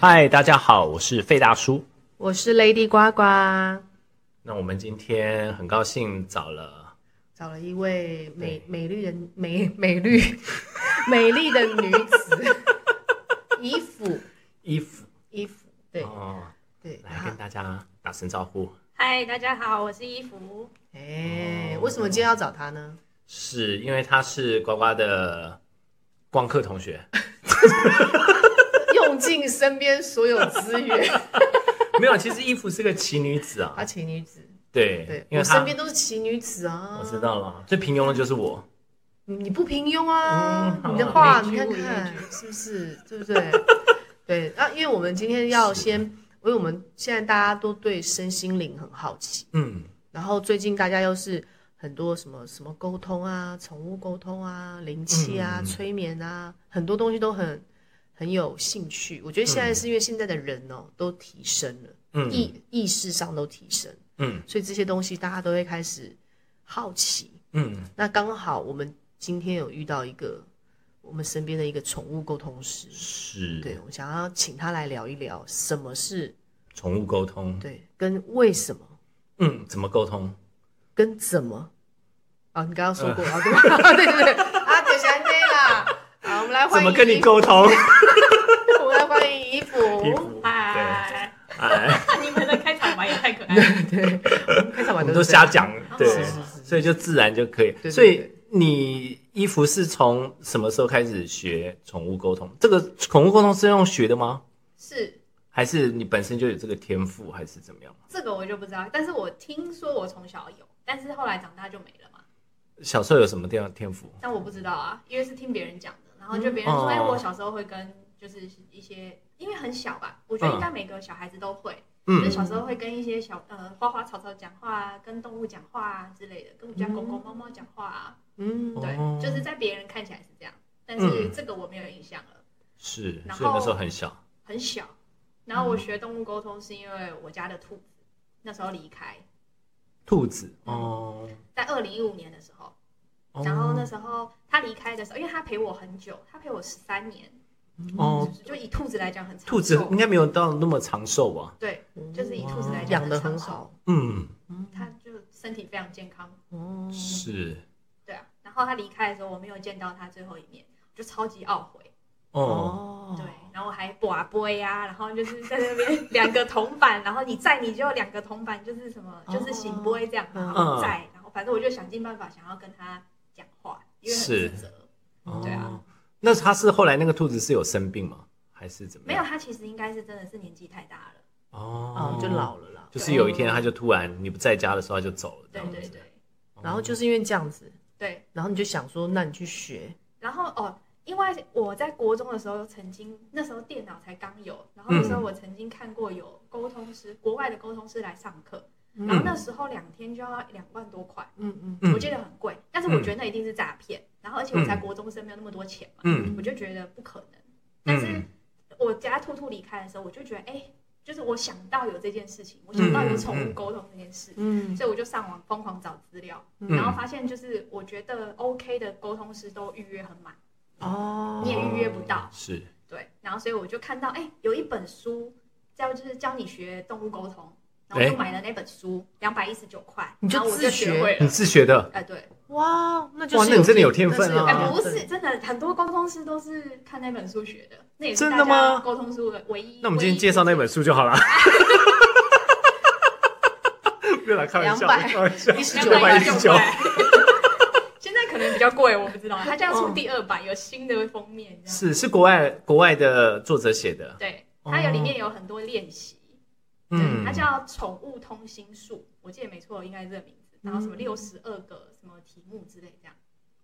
嗨，大家好，我是费大叔。我是 Lady 呱呱，那我们今天很高兴找了，找了一位美对美丽的美美丽 美丽的 女子，衣服衣服衣服，对哦，对，来然跟后大家打声招呼。嗨，大家好，我是伊芙。哦哎，为什么今天要找她呢？ 是因为他是呱呱的光课同 学，用尽身边所有资源， 没有，其实衣服是个奇女子啊她。奇女子，对，对因为我她身边都是奇女子啊，我知，道了，最平庸的就是我。你你不平庸啊嗯，好你的话我你也觉看得看我也觉是不是，对不对？ 对，那因为我们今天要是先，因为我们现在大家都对身心灵很好奇。嗯，然后最近大家又是很多什么什么沟通啊、宠物沟通啊、灵气啊、嗯嗯嗯催眠啊，很多东西都很很有兴趣。我觉得现在是因为现在的人哦、都提升了，嗯意意识上都提升，嗯所以这些东西大家都会开始好奇。嗯，那刚好我们今天有遇到一个我们身边的一个宠物沟通师，是对我想要请他来聊一聊什么是宠物沟通。对跟为什么。嗯，怎么沟通？跟怎么？啊，你刚刚说过啊，对吧？对 对对，啊，九贤妹啦，好，我们来欢怎迎，么跟你，沟通？我们来欢迎 姨衣父。服对，嗨，哎，你们的开场白也太可爱了。对，我们开场我玩们的都瞎讲，对，是是是所以就自然就可以。对对所以你衣服是从什么时候开始学宠物沟通？这个宠物沟通是用学的吗？是还是你本身就有这个天赋，还是怎么样？这个我就不知道，但是我听说我从小有，但是后来长大就没了嘛。小时候有什么地方天赋？但我不知道啊，因为是听别人讲的，然后就别人说，嗯哎、哦我小时候会跟就是一些，因为很小吧，我觉得应该每个小孩子都会，嗯就是小时候会跟一些小呃花花草草讲话啊，跟动物讲话啊之类的，跟我们家狗狗、猫猫讲话啊。嗯，对，哦就是在别人看起来是这样，但是嗯这个我没有印象了。是，然后所以那时候很小。很小，然后我学动物沟通是因为我家的兔子那时候离开，兔子嗯哦，在二零一五年的时候，哦然后那时候它离开的时候，因为它陪我很久，它陪我十三年，哦，就以兔子来讲很长寿兔子应该没有到那么长寿吧？对，就是以兔子来讲养的很长寿，好，嗯，它就身体非常健康，哦，是对啊，然后它离开的时候我没有见到它最后一面，我就超级懊悔，哦，哦对，然后我还拔杯呀，然后就是在那边两个铜板，然后你在你就有两个铜板，就是什么哦就是醒杯这样，然后嗯在，然后反正我就想尽办法想要跟他讲话，因为很自责。哦对啊。那它是后来那个兔子是有生病吗？还是怎么没有，样？他其实应该是真的是年纪太大了，有哦哦，，就老了啦。就是有一天他就突然你不在家的时候他就走了，这对样对子。哦对然后就是因为这样子，对。然后你就想说，那你去学，然后哦，因为我在国中的时候曾经，那时候电脑才刚有，然后那时候嗯我曾经看过有沟通师，国外的沟通师来上课，嗯然后那时候两天就要两万多块。嗯嗯，嗯我记得很贵，但是我觉得那一定是诈骗。然后，而且我才国中生，没有那么多钱嘛，嗯我就觉得不可能。但是我家兔兔离开的时候，我就觉得，哎、就是我想到有这件事情，我想到有宠物沟通这件事，嗯，所以我就上网疯狂找资料，嗯然后发现就是我觉得 OK 的沟通师都预约很满，哦，你也预约不到是对。然后，所以我就看到，哎、有一本书叫就是教你学动物沟通，然后哎我就买了那本书，两百一十九块，你就然后我自就学学会你了，自学的，哎、对。哇，那就哇是那你真的有天分啊哎、那不有天分是，真的，很多沟通师都是看那本书学的，那也是真的大家吗沟通书的唯一。那我们今天介绍那本书，书就好了。 没有啦，开玩笑， 200开玩笑，一十两九百块一十九块。现在可能比较贵，我不知道。他这样嗯出第二版，有新的封面，这样。是是国外国外的作者写的，对，哦它有里面有很多练习，嗯对，它叫《宠物通心术》，我记得没错，应该是这个名字。然后什么六十二个什么题目之类这样。嗯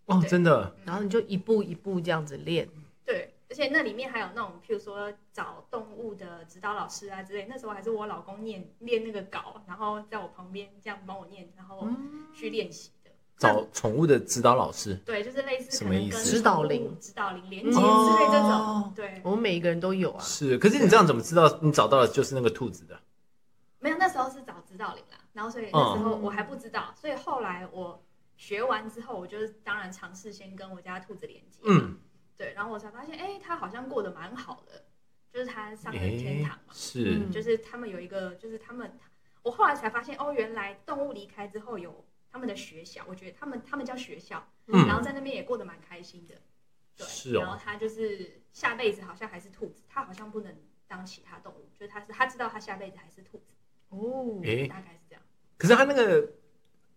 哦，真的，然后你就一步一步这样子练，对，而且那里面还有那种，譬如说找动物的指导老师啊之类。那时候还是我老公念念那个稿，然后在我旁边这样帮我念，然哦嗯后嗯去练习的。找宠物的指导老师，对，就是类似什可么能意思跟指导动物灵指导灵连嗯接之类这哦种。对，我们每一个人都有啊，是，可是你这样怎么知道你找到的就是那个兔子的？没有那时候是找指导灵啦，然后所以嗯那时候我还不知道，所以后来我学完之后，我就是当然尝试先跟我家兔子连接。嗯，对，然后我才发现，哎、它好像过得蛮好的。就是他上了天诶堂嘛，是嗯就是他们有一个，就是他们，我后来才发现哦，原来动物离开之后有他们的学校，我觉得他们他们叫学校，嗯然后在那边也过得蛮开心的，对，是哦然后他就是下辈子好像还是兔子，他好像不能当其他动物，就是他是他知道他下辈子还是兔子，哦，诶大概是这样，可是他那个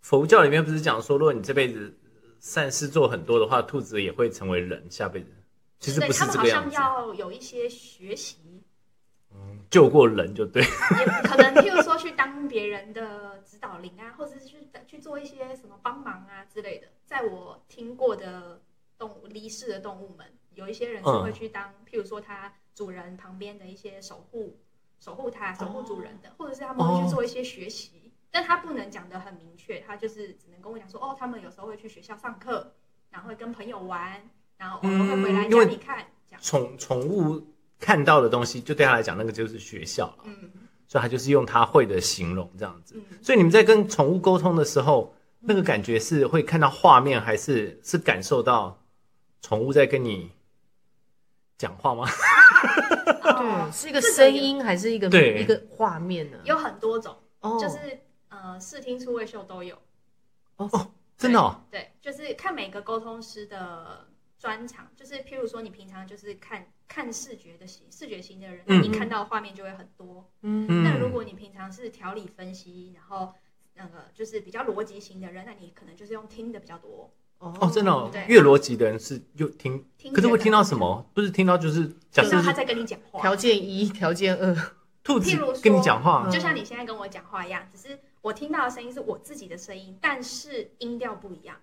佛教里面不是讲说，如果你这辈子善事做很多的话，兔子也会成为人，下辈子其实对不是他们这好个样像子，要有一些学习，救过人就对。也可能譬如说去当别人的指导灵啊，或者是去去做一些什么帮忙啊之类的。在我听过的动物离世的动物们，有一些人是嗯会去当，譬如说他主人旁边的一些守护守护他守护主人的，或者是他们会哦去做一些学习，但他不能讲得很明确，他就是只能跟我讲说，哦，他们有时候会去学校上课，然后会跟朋友玩，然后偶尔会回来嗯因为家里看，这样，宠宠物看到的东西，就对他来讲，那个就是学校了，嗯所以他就是用他会的形容这样子。 嗯。所以你们在跟宠物沟通的时候，那个感觉是会看到画面，还是是感受到宠物在跟你讲话吗？哦对，是一个这个声有音还是一个对一个画面呢？有很多种。哦，就是呃视听触味嗅都有，哦，真的、哦，对，就是看每个沟通师的专长，就是譬如说你平常就是看看视觉的型，视觉型的人，嗯你看到的画面就会很多。嗯嗯那如果你平常是条理分析，然后那个就是比较逻辑型的人，那你可能就是用听的比较多。哦，真的、哦对，越逻辑的人是又听，听可是会觉听到感什？么？不是听到就是假听设到他是在跟你讲话，条件一，条件二，兔子譬如说跟你讲话嗯，就像你现在跟我讲话一样，只是我听到的声音是我自己的声音，但是音调不一样。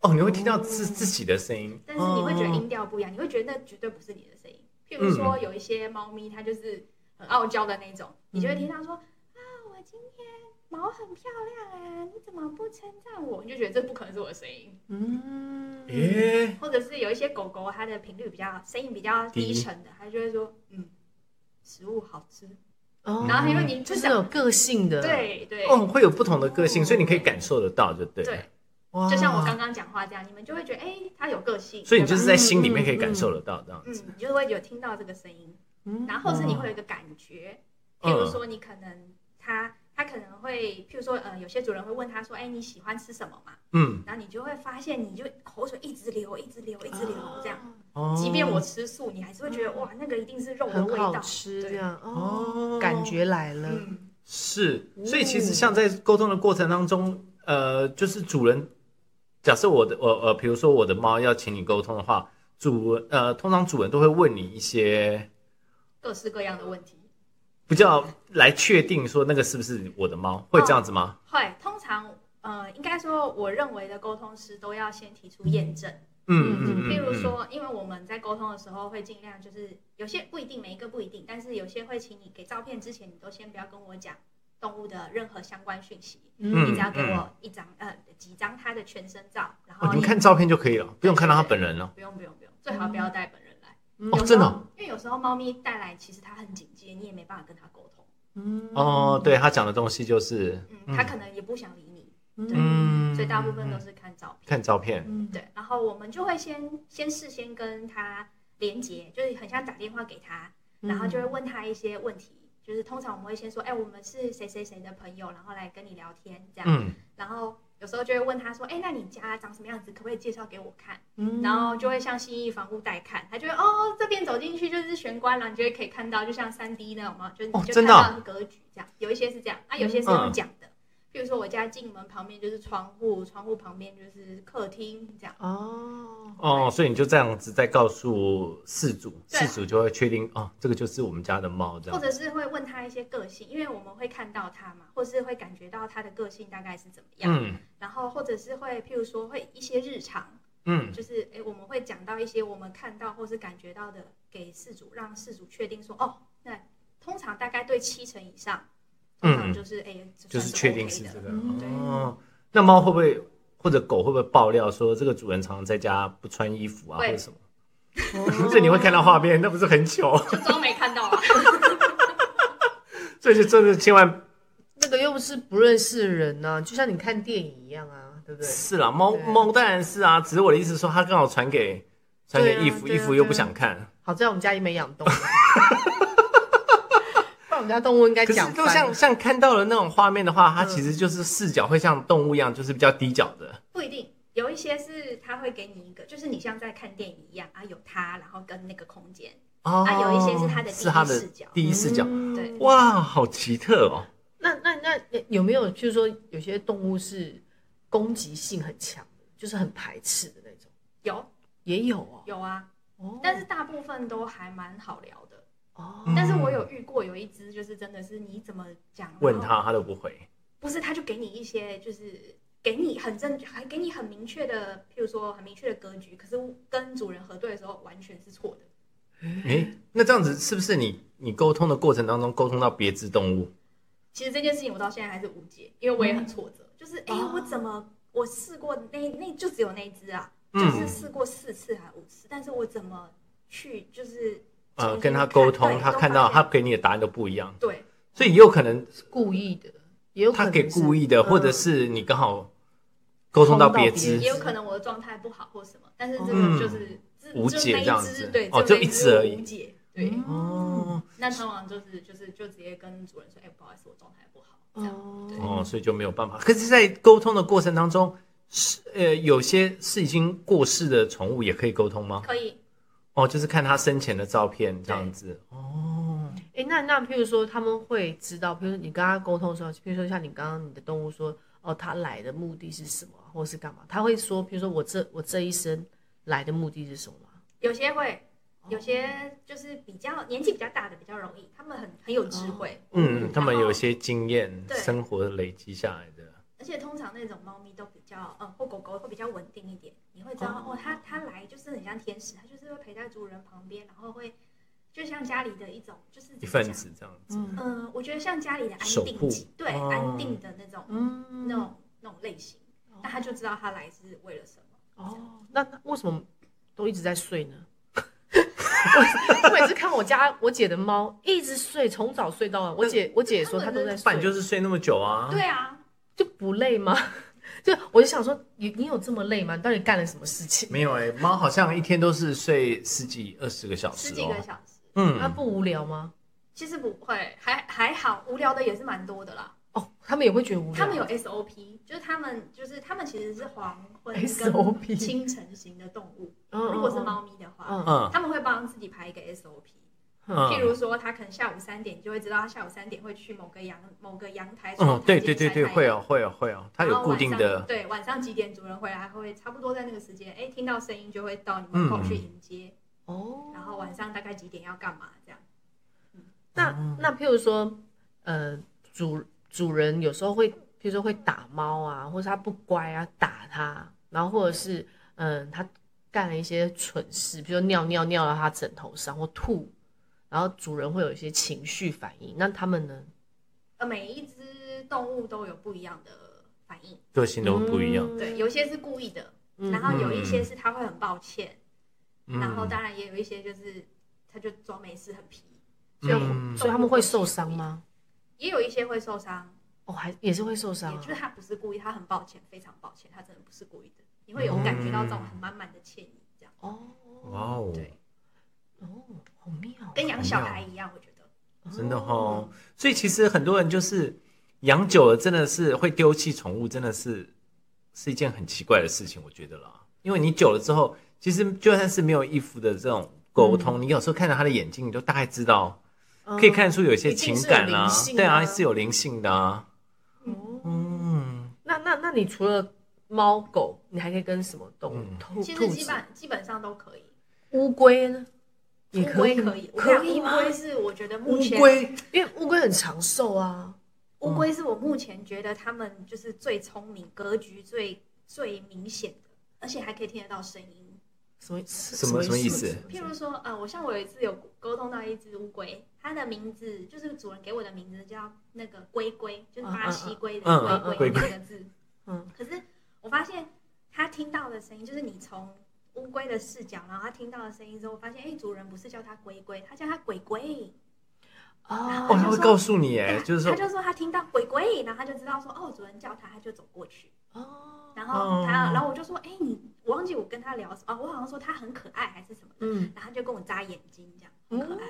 哦，你会听到自自己的声音，但是你会觉得哦嗯音调不一样，你会觉得那绝对不是你的声音。譬如说，有一些猫咪它就是很傲娇的那种，你就会听到说、啊，我今天毛很漂亮啊，你怎么不称赞我？你就觉得这不可能是我的声音。嗯，诶、或者是有一些狗狗，它的频率比较声音比较低低沉的，它就会说嗯，食物好吃。哦然后因为你就就是是有个性的，，对对、哦，会有不同的个性，哦所以你可以感受得到，就对。对，哇就像我刚刚讲话这样，你们就会觉得哎、它有个性。所以你就是在对吧心里面可以感受得到这样嗯子。，你就会有听到这个声音。嗯然后或是你会有一个感觉，嗯譬如说你可能他他可能会，譬如说呃，有些主人会问他说，哎，你喜欢吃什么嘛？嗯，然后你就会发现，你就口水一直流，一直流，一直流啊这样。哦即便我吃素，你还是会觉得哇，那个一定是肉的哦很味好道。吃对这样哦，哦感觉来了，嗯，是，哦所以其实像在沟通的过程当中，呃，就是主人，假设我的我呃，比如说我的猫要请你沟通的话，主呃，通常主人都会问你一些各式各样的问题。比较来确定说那个是不是我的猫，会这样子吗？会，通常呃，应该说我认为的沟通师都要先提出验证。嗯嗯嗯，譬嗯如，说，因为我们在沟通的时候会尽量就是有些不一定，每一个不一定，但是有些会请你给照片之前，你都先不要跟我讲动物的任何相关讯息，嗯你只要给我一张呃几张它的全身照，然哦后你们也看照片就可以了，不用看到它本人哦了。不用不用不用，最好不要带本人来。嗯哦有时候真的哦因为有时候猫咪带来其实它很警戒，你也没办法跟它沟通，嗯哦，，对他讲的东西就是，嗯，它可能也不想理你，嗯，所以大部分都嗯是看照片。看照片，嗯，对，然后我们就会先先事先跟他连接，就是很像打电话给他，嗯然后就会问他一些问题，就是通常我们会先说，哎、我们是谁谁谁的朋友，然后来跟你聊天这样，嗯，然后有时候就会问他说，哎、那你家长什么样子，可不可以介绍给我看？嗯然后就会像新义房屋带看，他就会哦，这边走进去就是玄关了，你就会可以看到，就像三 D 那种嘛，就是哦你就真看的哦嗯到格局这样。有一些是这样，啊，有些是用讲的。譬如说我家进门旁边就是窗户，窗户旁边就是客厅这样。哦，哦，所以你就这样子再告诉事主，对事主就会确定哦，这个就是我们家的猫这或样。者是会问他一些个性，因为我们会看到他嘛，或是会感觉到他的个性大概是怎么样，嗯然后或者是会譬如说会一些日常，嗯，就是诶、我们会讲到一些我们看到或是感觉到的，给事主让事主确定说哦，那通常大概对七成以上，通常就是诶、这嗯就算是 OK 确定是这个。的。嗯对哦，那猫会不会或者狗会不会爆料说这个主人常常在家不穿衣服啊，或会者什么？ 哦所以你会看到画面，那不是很糗？ 就装没看到啊，所以就真的千万那个又不是不认识的人呐，就像你看电影一样啊，对不对？是啦，猫对猫当然是啊，只是我的意思是说，它刚好传给传给对啊衣服，对啊衣服又对啊不想看。 好在我们家里没养动物，们家动物应该可是讲就翻像了像看到了那种画面的话，它嗯其实就是视角会像动物一样，就是比较低角的。 不一定，有一些是他会给你一个，就是你像在看电影一样啊，有他，然后跟那个空间，哦啊有一些是它的第一是它的视角第一视角。嗯对哇，好奇特哦！那那那有没有，就是说有些动物是攻击性很强的，就是很排斥的那种，有也有哦。有啊，哦但是大部分都还蛮好聊的。哦，嗯但是我有遇过有一只，就是真的是你怎么讲，问然后他，嗯他都不回。不是他就给你一些就是。给你很正，还给你很明确的，譬如说很明确的格局，可是跟主人核对的时候完全是错的。诶，那这样子是不是你你沟通的过程当中沟通到别只动物？其实这件事情我到现在还是无解，因为我也很挫折，嗯就是哎、哦我怎么我试过那那就只有那一只啊，就嗯是试过四次还五次，但是我怎么去就是呃，重新跟他沟看通，对他都看到发他现给你的答案都不一样，对所以也有可能是故意的，也有可他能给是故意的，嗯或者是你刚好沟通到别沟通到别只也只有可能我的状态不好或什么，但是这嗯个就是、这无解就那一这样只子对，哦就就一只只而已无解对。哦那通常就是就是就直接跟主人说，哎、不好意思，我状态不好，这样、对哦，哦，所以就没有办法。可是，在沟通的过程当中，是呃，有些是已经过世的宠物也可以沟通吗？可以。哦，就是看它生前的照片这样子。哦，哎，那那譬如说他们会知道，譬如说你跟他沟通的时候，譬如说像你刚刚你的动物说，哦，它来的目的是什么，或是干嘛，他会说，譬如说我这我这一生来的目的是什么吗？有些会，有些就是比较年纪比较大的比较容易，他们很很有智慧，哦嗯，他们然后有一些经验，对生活累积下来的。而且通常那种猫咪都比较，嗯，或狗狗会比较稳定一点，你会知道哦哦，它它来就是很像天使，它就是会陪在主人旁边，然后会就像家里的一种，就是一怎么份讲，子这样子。嗯嗯，我觉得像家里的安守护定剂，对，哦安定的那种嗯那种那种类型，那它就知道它来是为了什么。哦，那那为什么都一直在睡呢？ 我我每次看我家我姐的猫一直睡，从早睡到晚。我姐我姐也说她都在不然就睡，是睡那么久啊。对啊，就不累吗？ 就我就想说，你你有这么累吗？你到底干了什么事情？没有哎、猫好像一天都是睡十几、二十个小时十哦。几个小时，啊她嗯，啊不无聊吗？其实不会，还还好，无聊的也是蛮多的啦。哦，他们也会觉得无聊。他们有 SOP，就是他们就是他们其实是黄昏 SOP 跟清晨型的动物。嗯，如果是嗯，猫咪的话，嗯嗯嗯他们会帮自己排一个 SOP。嗯，譬如说，他可能下午三点就会知道他下午三点会去某个阳某个阳台。嗯，对窗台对间对对，晒太会阳。哦会哦会哦，它然有后固晚定上的，对，晚上几点主人回来，他会差不多在那个时间，哎，听到声音就会到你门口嗯去迎接。哦，然后晚上大概几点要干嘛这样？那嗯那譬如说，呃，主主人有时候会，譬如说会打猫啊，或者它不乖啊，打它，然后或者是嗯，它干了一些蠢事，比如说尿尿尿到它枕头上或吐，然后主人会有一些情绪反应。那他们呢？呃，每一只动物都有不一样的反应。个性都不一样。嗯对，有些是故意的，嗯然后有嗯一些是他会很抱歉，嗯，然后当然也有一些就是他就装没事很皮，所以嗯所以他们会受伤？吗？也有一些会受伤，哦，还也是会受伤也啊就是他不是故意，他很抱歉，非常抱歉，他真的不是故意的，你会有感觉到这种很满满的歉意，这样哦哇哦，对，哦，好妙啊，跟养小孩一样，我觉得真的哦。所以其实很多人就是养久了，真的是会丢弃宠物，真的是是一件很奇怪的事情，我觉得啦。因为你久了之后，其实就算是没有衣服的这种沟嗯通，你有时候看着他的眼睛，你就大概知道，嗯，可以看出有一些一定情是感有啊灵，性对啊，啊是有灵性的啊。哦。嗯，那那那你除了猫狗，你还可以跟什么动物嗯？兔其兔实基子、本基本上都可以。乌龟呢？也乌可以龟可以，我可跟以你吗讲乌龟是我觉得目前，因为乌龟很长寿啊。乌龟是我目前觉得他们就是最聪明、格局最最明显的，而且还可以听得到声音。什么什什么什么意思譬如说，呃，我像我有一次有沟通到一只乌龟，它的名字就是主人给我的名字叫那个龟龟，就是巴西龟嗯嗯的嗯龟嗯龟那个字。嗯，可是我发现它听到的声音，就是你从乌龟的视角，然后它听到的声音之后，我发现，哎、主人不是叫它龟龟，它叫它鬼鬼。哦哦，我他想会说告诉你，哎对，，就是它说，就说它听到鬼鬼，然后它就知道说，哦，主人叫它，它就走过去。哦，然后它，哦然后我就说，哎、你，我忘记啊我跟它聊什么，哦，我好像说它很可爱还是什么的。嗯，哦然后他就跟我眨眼睛，这样很可爱。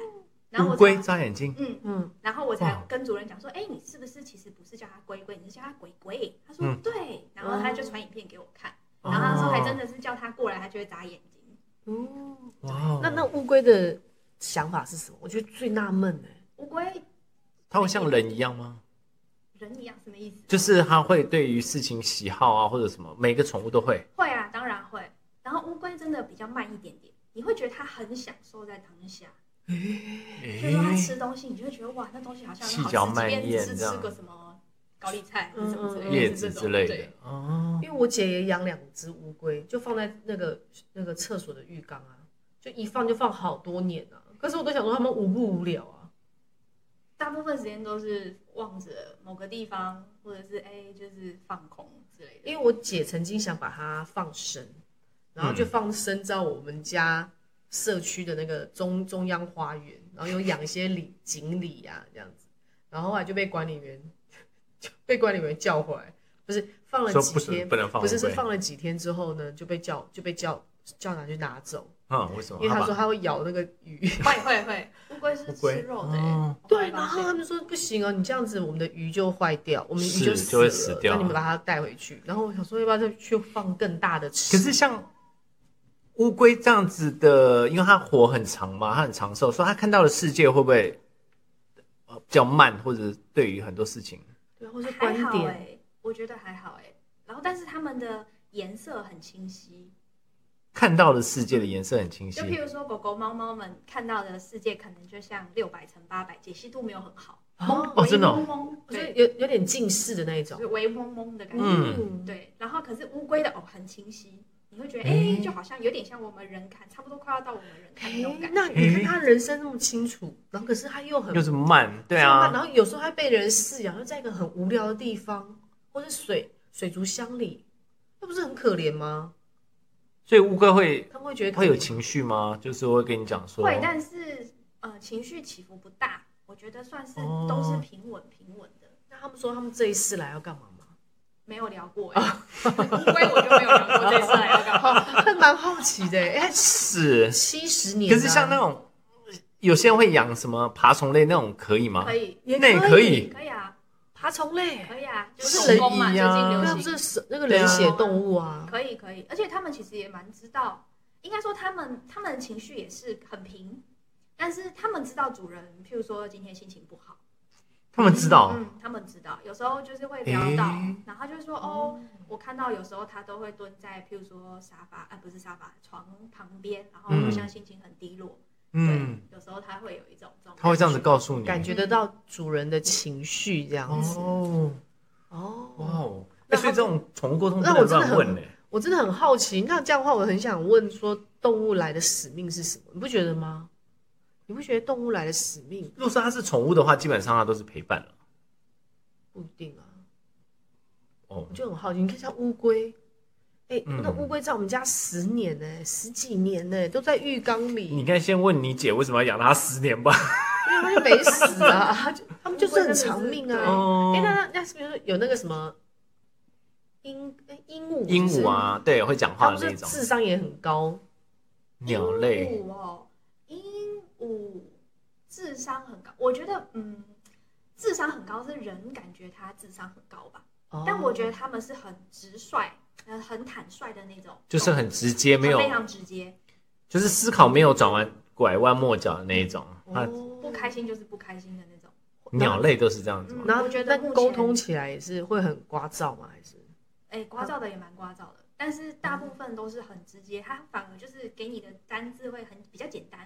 然后乌我龟才扎眼睛，嗯，嗯，然后我才哇跟主任讲说，哎、你是不是其实不是叫他龟龟，你是叫他鬼鬼？他说、嗯对，然后他就传影片给我看，哦然后他说还真的是叫他过来，他就会眨眼睛。哦，哇哦，那那乌龟的想法是什么？我觉得最纳闷哎，乌龟它会像人一样吗？人一样什么意思？就是它会对于事情喜好啊，或者什么，每个宠物都会。会啊，当然会。然后乌龟真的比较慢一点点，你会觉得它很享受在当下，哎所以说它吃东西，你就会觉得哇，那东西好像很细嚼好吃，即慢咽便只是这样吃个什么高丽菜或者什么之类嗯的叶子之类。这的种哦，因为我姐也养两只乌龟，就放在那个那个厕所的浴缸啊，就一放就放好多年啊。可是我都想说他们无不无聊啊，大部分时间都是望着某个地方，或者是哎、就是放空之类的。因为我姐曾经想把它放生，然后嗯就放生到我们家社区的那个中中央花园，然后有养一些鲤锦鲤啊这样子，然后后来就被管理员 就被管理员叫回来，不是放了说几不是天，不能放乌不龟，是是放了几天之后呢就被叫就被叫叫拿去拿走，嗯，为什么？因为它他说把他会咬那个鱼。会会 会，乌龟是乌龟吃肉的、哦对，然然后后他们说不行哦，你这样子我们的鱼就坏掉，我们鱼是死就会了，死掉那你们把它带回去。然后我想说要不要再去放更大的可吃？是像乌龟这样子的，因为它活很长嘛，它很长寿，所以它看到的世界会不会呃比较慢，或者对于很多事情对，或是还观好哎、点，我觉得还好哎、然后但是它们的颜色很清晰，看到的世界的颜色很清晰就？譬如说狗狗、猫猫们看到的世界，可能就像六百乘八百，解析度没有很好，哦哦真的哦微蒙蒙，我觉得对，有有点近视的那一就种是。微蒙蒙的感觉。嗯，对，然后可是乌龟的哦很清晰，你会觉得哎、嗯诶就好像有点像我们人看，差不多快要到我们人看的哎那种感，觉。那你看他人生那么清楚，然后可是他又很又是慢，对浪漫啊，然后有时候还被人饲养，又在一个很无聊的地方，或是水水族箱里，那不是很可怜吗？所以乌龟会他们会觉得可会有怜情绪吗？就是会跟你讲说，会，但是呃情绪起伏不大，我觉得算是哦都是平稳平稳的，那他们说他们这一世来要干嘛吗？ 没有聊过、欸。乌龟我就没有聊过这次来要干好，嘛。还蛮好奇的哎，是，七十年啊，可是像那种有些人会养什么爬虫类那种，可以 吗可？以，也那也哎可可以可以啊，爬虫类，可以啊，就不是手工嘛，人最鱼啊近流那行不。是是那个对啊冷血动物啊？可以可以，而且他们其实也蛮知道，应该说他们他们的情绪也是很平，但是他们知道主人，譬如说今天心情不好，他们知道，嗯，他们知道，有时候就是会聊到，诶然后他就说哦，我看到有时候他都会蹲在譬如说沙发啊，不是沙发，床旁边，然后好像心情很低落，嗯，对，有时候他会有一种这种，他会这样子告诉你，感觉得到主人的情绪这样子哦，哇哦。哦，哎那他所以这种宠物沟通不那我能真的乱很问呢。欸我真的很好奇，那这样的话，我很想问说，动物来的使命是什么？你不觉得吗？你不觉得动物来的使命如果说它是宠物的话，基本上它都是陪伴了。不一定啊？哦我，就很好奇，你看像乌龟，哎、嗯那乌龟在我们家十年呢、十几年呢、都在浴缸里，你应该先问你姐为什么要养它十年吧。因为它就没死啊，它就它们就是很长命对啊。哎、哦，那那那是不是有那个什么鹦哎鹦鹉？鹦鹉，啊，对，会讲它话不的是那种智商也很高，鸟鹦类，鹉哦，鹦鹉智商很高，我觉得嗯，智商很高是人感觉他智商很高吧，哦哦但我觉得他们是很直率，呃，很坦率的那种，就是很直接，他没有，哦非常直接，就是思考没有转弯拐弯抹角的那一种。哦啊，不不开心就是不开心的那种。鸟类都是这样子吗？嗯然后我觉得那目前沟通起来也是会很聒噪吗？还是嗯哎，聒噪的也蛮聒噪的，但是大部分都是很直接，他反而就是给你的单字会很比较简单，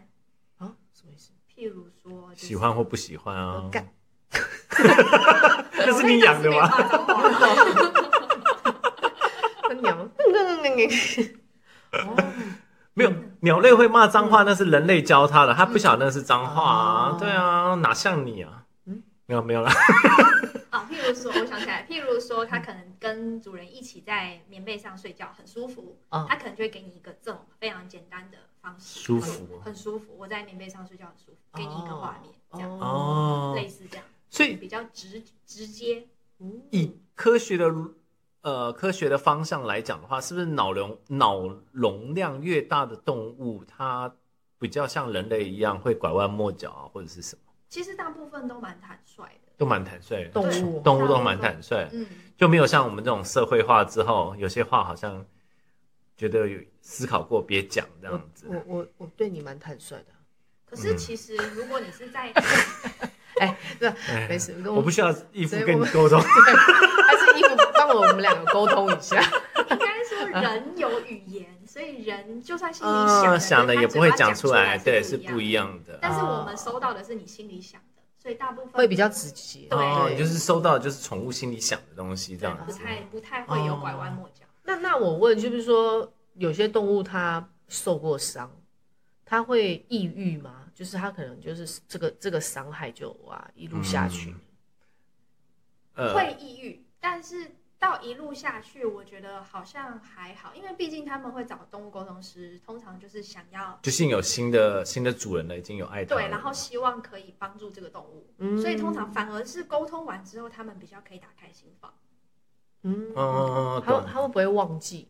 啊什么意 思？譬如说、就是、喜欢或不喜欢啊我？干哎， 那是你养的吗那倒是没有骂脏话？ 那鸟哦，没有，鸟类会骂脏话，那是人类教它的，它不晓得那是脏话啊哦。对啊，哪像你啊？嗯没有没有啦。啊，譬如说，我想起来，譬如说，他可能跟主人一起在棉被上睡觉，很舒服，嗯他可能就会给你一个这种非常简单的方式，舒服很舒服。我在棉被上睡觉很舒服， 给你一个画面，这样、哦，类似这样，所以比较直直接。嗯以科学的呃科学的方向来讲的话，是不是脑容脑容量越大的动物，它比较像人类一样会拐弯抹角啊，或者是什么，其实大部分都蛮坦率的。都蛮坦率的。动对物动物都蛮坦率，嗯，就没有像我们这种社会化之后，有些话好像觉得有思考过别讲这我样子。我我我对你蛮坦率的，可嗯是其实如果你是 在，哎没事，跟 我不需要义父跟你沟通。还是衣服帮我们两个沟通一 下。应该说人有语言，所以人就算心里想嗯，的，想的的也不会讲出来，对，是是不一样样的啊的。。但是我们收到的是你心里想的，所以大部分会比较直接。对哦，就是收到就是宠物心里想的东西这对样不子。太不太会有拐弯抹角。那那我问，就是说有些动物它受过伤，它会抑郁吗？就是它可能就是这个这个伤害就哇一路下去。呃，会抑郁，但是到一路下去，我觉得好像还好，因为毕竟他们会找动物沟通师，通常就是想要就是有新的新的主人了，已经有爱它了。对，然后希望可以帮助这个动物，嗯所以通常反而是沟通完之后，他们比较可以打开心房。嗯嗯，嗯嗯，它懂。它会不会忘记？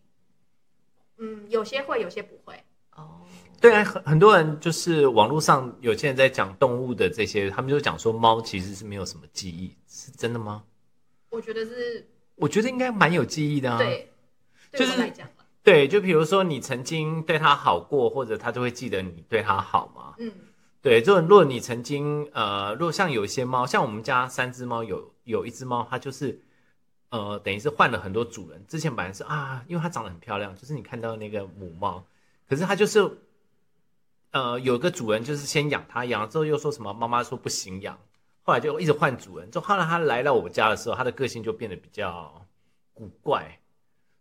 嗯，有些会，有些不会。哦，对啊，很很多人就是网络上有些人在讲动物的这些，他们就讲说猫其实是没有什么记忆，是真的吗？我觉得是我觉得应该蛮有记忆的啊。对，就对是我来讲了，对，就比如说你曾经对它好过，或者它就会记得你对它好嘛。嗯，对，就如果你曾经呃，如果像有一些猫，像我们家三只猫有有一只猫，它就是呃，等于是换了很多主人。之前本来是啊，因为它长得很漂亮，就是你看到那个母猫，可是它就是呃，有个主人就是先养它，养了之后又说什么妈妈说不行养，后来就一直换主人。就后来它来到我家的时候，它的个性就变得比较古怪，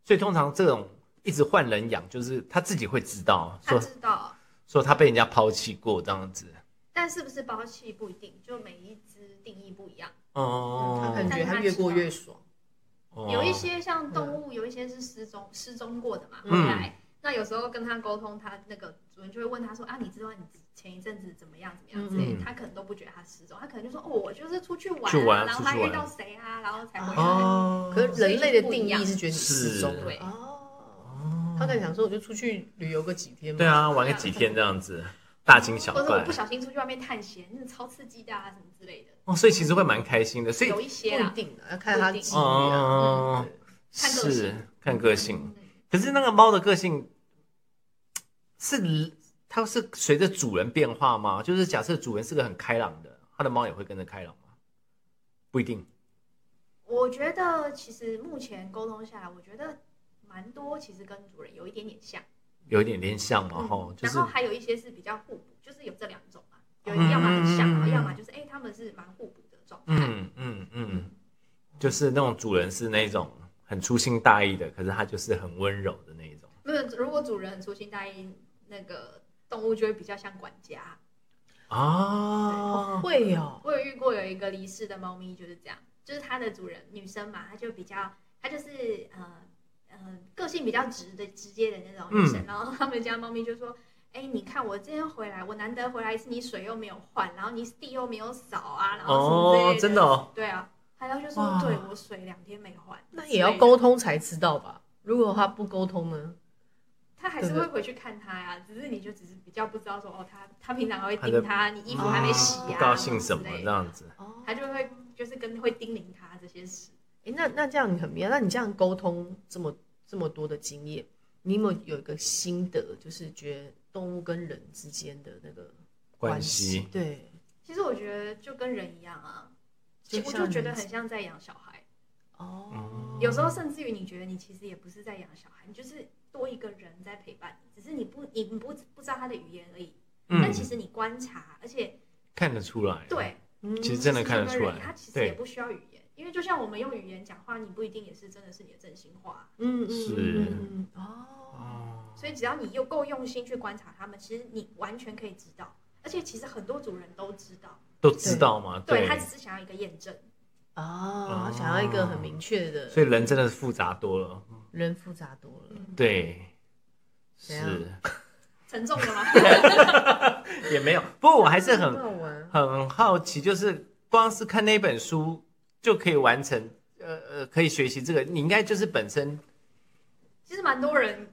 所以通常这种一直换人养，就是它自己会知道他说知道，说它被人家抛弃过这样子。但是不是包气不一定，就每一只定义不一样。哦，它可能觉得它越过越爽。哦有一些像动物，有一些是失踪失踪过的嘛，嗯回来。那有时候跟他沟通，他那个主人就会问他说：“啊，你知道你前一阵子怎么样怎么样之类嗯的？”他可能都不觉得他失踪，他可能就说：“哦，我就是出去玩、啊，去玩然后出他去玩遇到谁啊，然后才回来。哦，可是人类的定所以义就是觉得你失踪是了对。哦，他可能想说我就出去旅游个几天嘛。对，啊，玩个几天这样子，大惊小或者我怪不小心出去外面探险，那超刺激的啊，什么之类的，哦，所以其实会蛮开心的，所以有一不些一啦，定的，要看他啊不一机定遇啊。哦，看个性是看个性嗯。可是那个猫的个性是它是随着主人变化吗？就是假设主人是个很开朗的，它的猫也会跟着开朗吗？不一定我觉得其实目前沟通下来，我觉得蛮多其实跟主人有一点点像。有一点点像嘛，嗯哦吼，就是然后还有一些是比较互补，就是有这两种嘛，有嗯要么很像，然后嗯要么就是哎、他们是蛮互补的状态。嗯嗯嗯，就是那种主人是那种很粗心大意的，可是它就是很温柔的那一种。没有，如果主人很粗心大意，那个动物就会比较像管家。啊，会哦，我有遇过有一个离世的猫咪就是这样，就是它的主人女生嘛，她就比较，她就是呃呃个性比较直的直接的那种女生，然嗯后他们家猫咪就说。哎，你看我今天回来，我难得回来一次，你水又没有换，然后你地又没有扫啊，然后什么之类哦，真的哦，对啊，还有就说哇对我水两天没换，那也要沟，通才知道吧？如果他不沟通呢？他还是会回去看他呀、只是你就只是比较不知道说哦，他他平常会他的盯他，你衣服还没洗不呀、嗯啊，高兴什么之类这的，样子。哦，他就会就是跟会叮咛他这些事。哎，那那这样你很妙，那你这样沟通这么这么多的经验，你有没有有一个心得，就是觉得动物跟人之间的那个关系？系对，其实我觉得就跟人一样啊，就其我就像觉得你很像在养小孩，嗯哦，有时候甚至于你觉得你其实也不是在养小孩，你就是多一个人在陪伴你，只是你不你不不知道他的语言而已，但其实你观察，而且嗯看得出来，，对。嗯其实真的看得出来他其实也对不需要语言，因为就像我们用语言讲话，你不一定也是真的是你的真心话，嗯嗯是嗯嗯嗯哦，哦，所以只要你又够用心去观察他们，其实你完全可以知道。而且其实很多主人都知道，都知道嘛，对对他，只是想要一个验证。啊，想要一个很明确的，哦所以人真的是复杂多了，人复杂多了，嗯，对，怎样是沉 重了吗？也没有，不过我还是很啊好玩。很好奇，就是光是看那本书就可以完成，呃呃，可以学习这个，你应该就是本身其实蛮多人，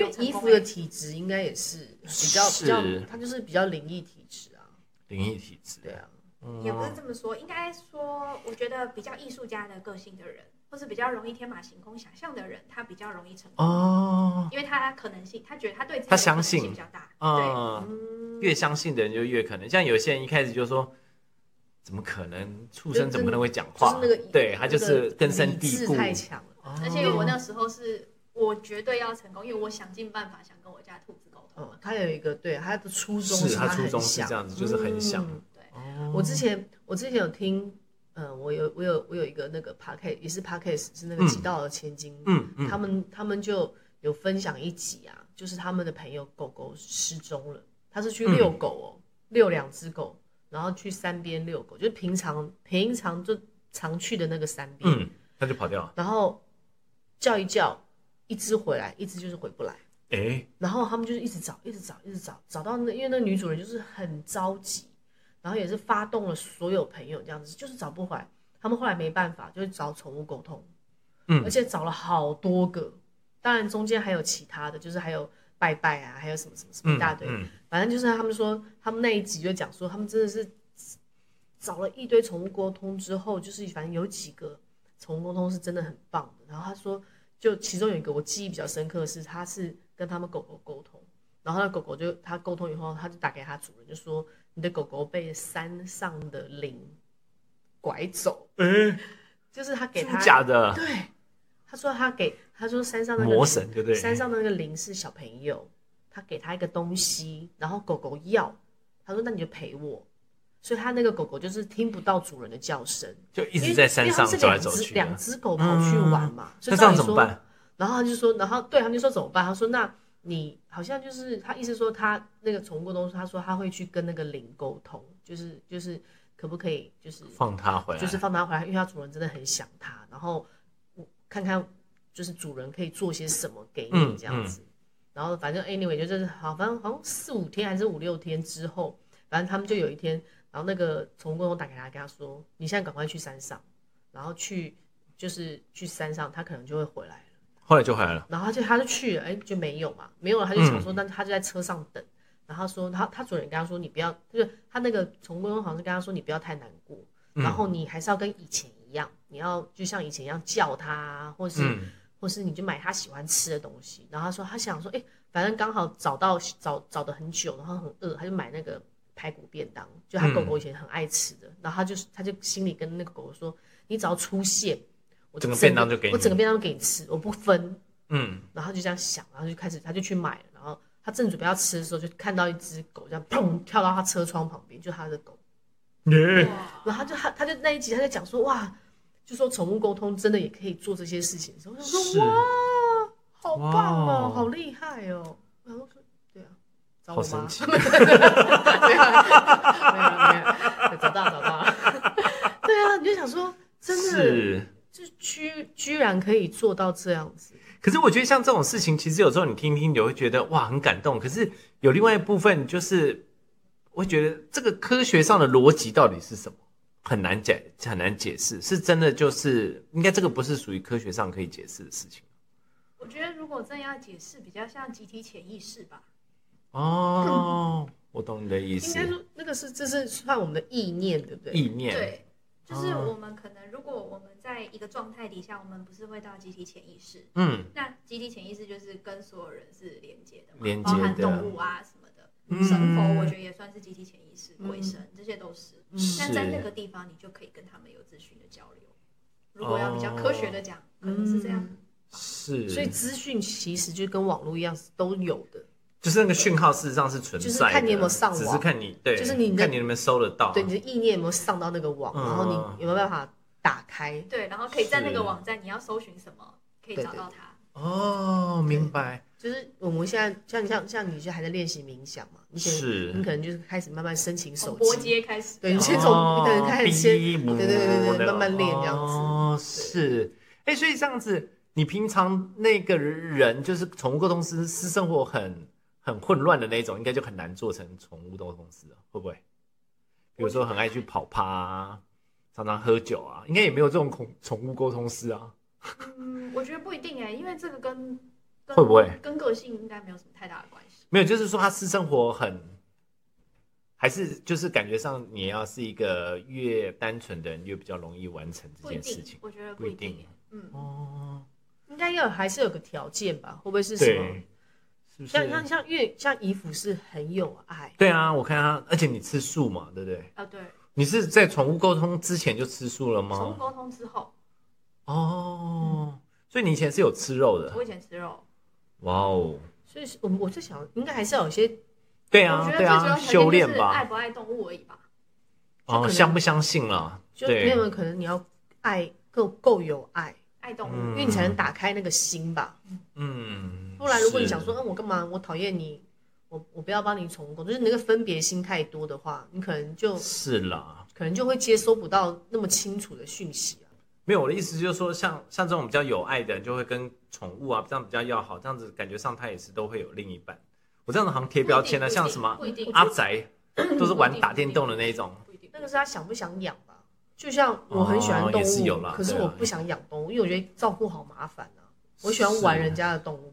因有为成姨功父的体质应该也是比较比较是，他就是比较灵异体质啊，灵异体质，对啊，嗯，也不是这么说，应该说，我觉得比较艺术家的个性的人，或是比较容易天马行空想象的人，他比较容易成功，哦，因为他可能性，他觉得他对自己他的相可能性信比较大。对，嗯，嗯，越相信的人就越可能。像有些人一开始就说，怎么可能畜生就怎么可能会讲就话？是那个对他就是那个根深理蒂智固。太强了，哦而且我那时候是我绝对要成功，因为我想尽办法想跟我家兔子沟哦通。嗯，他有一个对他的初衷是他他初很衷是想这样子就是很想嗯哦我之前我之前有听，嗯，我有我有我有一个那个 podcast 也是 podcast 是那个嗯极道的千金，嗯嗯他们他们就有分享一集啊，就是他们的朋友狗狗失踪了，他嗯是去遛狗哦，遛两只狗，然后去山边遛狗，就是平常平常就常去的那个山边，嗯，他就跑掉了。然后叫一叫，一只回来，一只就是回不来。哎，然后他们就是一直找，一直找，一直找，找到那因为那女主人就是很着急，然后也是发动了所有朋友这样子，就是找不回来。他们后来没办法，就是找宠物沟通，嗯而且找了好多个，当然中间还有其他的，就是还有拜拜啊，还有什么什么什嗯么一大堆，嗯反正就是他们说，他们那一集就讲说，他们真的是找了一堆宠物沟通之后，就是反正有几个宠物沟通是真的很棒的。然后他说，就其中有一个我记忆比较深刻的是，他是跟他们狗狗沟通，然后那狗狗就他沟通以后，他就打给他主人，就说你的狗狗被山上的灵拐走，哎，就是他给真他的假的？对，他说他给他说山上那个魔灵神对不对？山上的那个灵是小朋友，他给他一个东西，然后狗狗要，他说那你就陪我，所以他那个狗狗就是听不到主人的叫声，就一因直为在山上因为走他来们走是两只去两的。嗯只狗跑去玩嘛，所那以这样照理怎么说？办？然后他就说，然后对他们就说怎么办？他说那你好像就是他意思说他那个宠物沟通，他说他会去跟那个灵沟通，就是就是可不可以就是放他回来。就是放它回来，因为它主人真的很想它，然后我看看就是主人可以做些什么给你嗯这样子。然后反正 anyway 就就是好，反正好像四五天还是五六天之后，反正他们就有一天，然后那个宠物沟通打给他，跟他说：“你现在赶快去山上，然后去就是去山上，它可能就会回来了。”后来就回来了。然后他就他就去了，哎、就没有嘛，没有了，他就想嗯说，那他就在车上等。然后他说，他他主人跟他说，你不要，就是他那个宠物沟通好像是跟他说，你不要太难过，嗯然后你还是要跟以前一样，你要就像以前一样叫他，或是、嗯或是你就买他喜欢吃的东西。然后他说他想说，哎、反正刚好找到找找的很久，然后很饿，他就买那个排骨便当，就嗯他狗狗以前很爱吃的。然后他就是他就心里跟那个狗狗说，你只要出现，我就整个便当就给你我整个便当都给你吃，我不分。嗯，然后他就这样想，然后就开始他就去买了，然后他正准备要吃的时候，就看到一只狗这样砰跳到他车窗旁边，就他的狗。耶哇，然后他就他他就那一集他就讲说哇，就说宠物沟通真的也可以做这些事情的时候，我想是说哇，好棒哇哦哦，好厉害哦。然后说对啊，找好我神妈，。奇 没有没有没有，找到找到， 对啊，你就想说真的，是。就居居然可以做到这样子，可是我觉得像这种事情，其实有时候你听一听，你会觉得哇很感动。可是有另外一部分，就是我觉得这个科学上的逻辑到底是什么，很难解很难解释。是真的就是应该这个不是属于科学上可以解释的事情我觉得如果真的要解释，比较像集体潜意识吧。哦。我懂你的意应思该，说那个是这是算我们的意念，对不对？意念对，就是嗯哦我们可能如果我们在一个状态底下，我们不是会到集体潜意识？嗯那集体潜意识就是跟所有人是连接的嘛，连包接含的动物啊什么的，嗯神佛我觉得也算是集体潜意识，嗯鬼神这些都是。嗯是那在那个地方，你就可以跟他们有资讯的交流。如果要比较科学的哦讲，可能是这样。嗯是，所以资讯其实就跟网络一样是都有的。就是那个讯号事实上是存在的，就是看你有没有上网只是看你对，就是你的看你能不能收得到，对你的意念有没有上到那个网，啊嗯然后你有没有办法打开？对，然后可以在那是个网站，你要搜寻什么，可以找到它。哦，明白就是我们现在像像像你现在还在练习冥想嘛，你可能是你可能就是开始慢慢申请手从拨机，接开始，对你哦先从你可能开始先逼我对对对的对慢慢练这样子哦，是，哎，所以这样子，你平常那个人就是宠物沟通师，私生活很很混乱的那一种，应该就很难做成宠物沟通师了，会不会？比如说很爱去跑趴、啊，常常喝酒啊，应该也没有这种宠宠物沟通师啊。欸嗯，我觉得不一定哎、因为这个跟 跟会不会跟个性应该没有什么太大的关系？没有，就是说他私生活很，还是就是感觉上你要是一个越单纯的人，越比较容易完成这不一件事定情，。我觉得不不一一定啊定耶。嗯，哦，应该要还是有个条件吧？会不会是什么对？，是不像像是？像越像姨父是很有爱，对啊，我看他，而且你吃素嘛，对不对？啊对，你是在宠物沟通之前就吃素了宠物吗？沟通之后，哦，所以你以前是有吃肉的嗯我，以前吃肉，哇哦，所以是我我在想，应该还是要有些对我啊，觉得对最主啊，要修条件炼就是爱吧，不爱动物而已吧。就可哦，能相不相信啦？就没对，有可能你要爱够够有爱，爱动嗯物因为你才能打开那个心吧。嗯，不然如果你想是说，嗯，我干嘛？我讨厌你，我我不要帮你宠物狗，就是你那个分别心太多的话，你可能就是啦，可能就会接收不到那么清楚的讯息啊。没有我的意思就是说，像像这种比较有爱的人，就会跟宠物啊这样比较要好，这样子感觉上他也是都会有另一半。我这样子好像贴标签了，像什么不一定阿 宅，都是玩打电动的那一种。，不一定那个是他想不想养吧？就像我很喜欢动哦也是有物，啦可是对啊我不想养动物，因为我觉得照顾好麻烦啊。我喜欢玩人是，家的动物，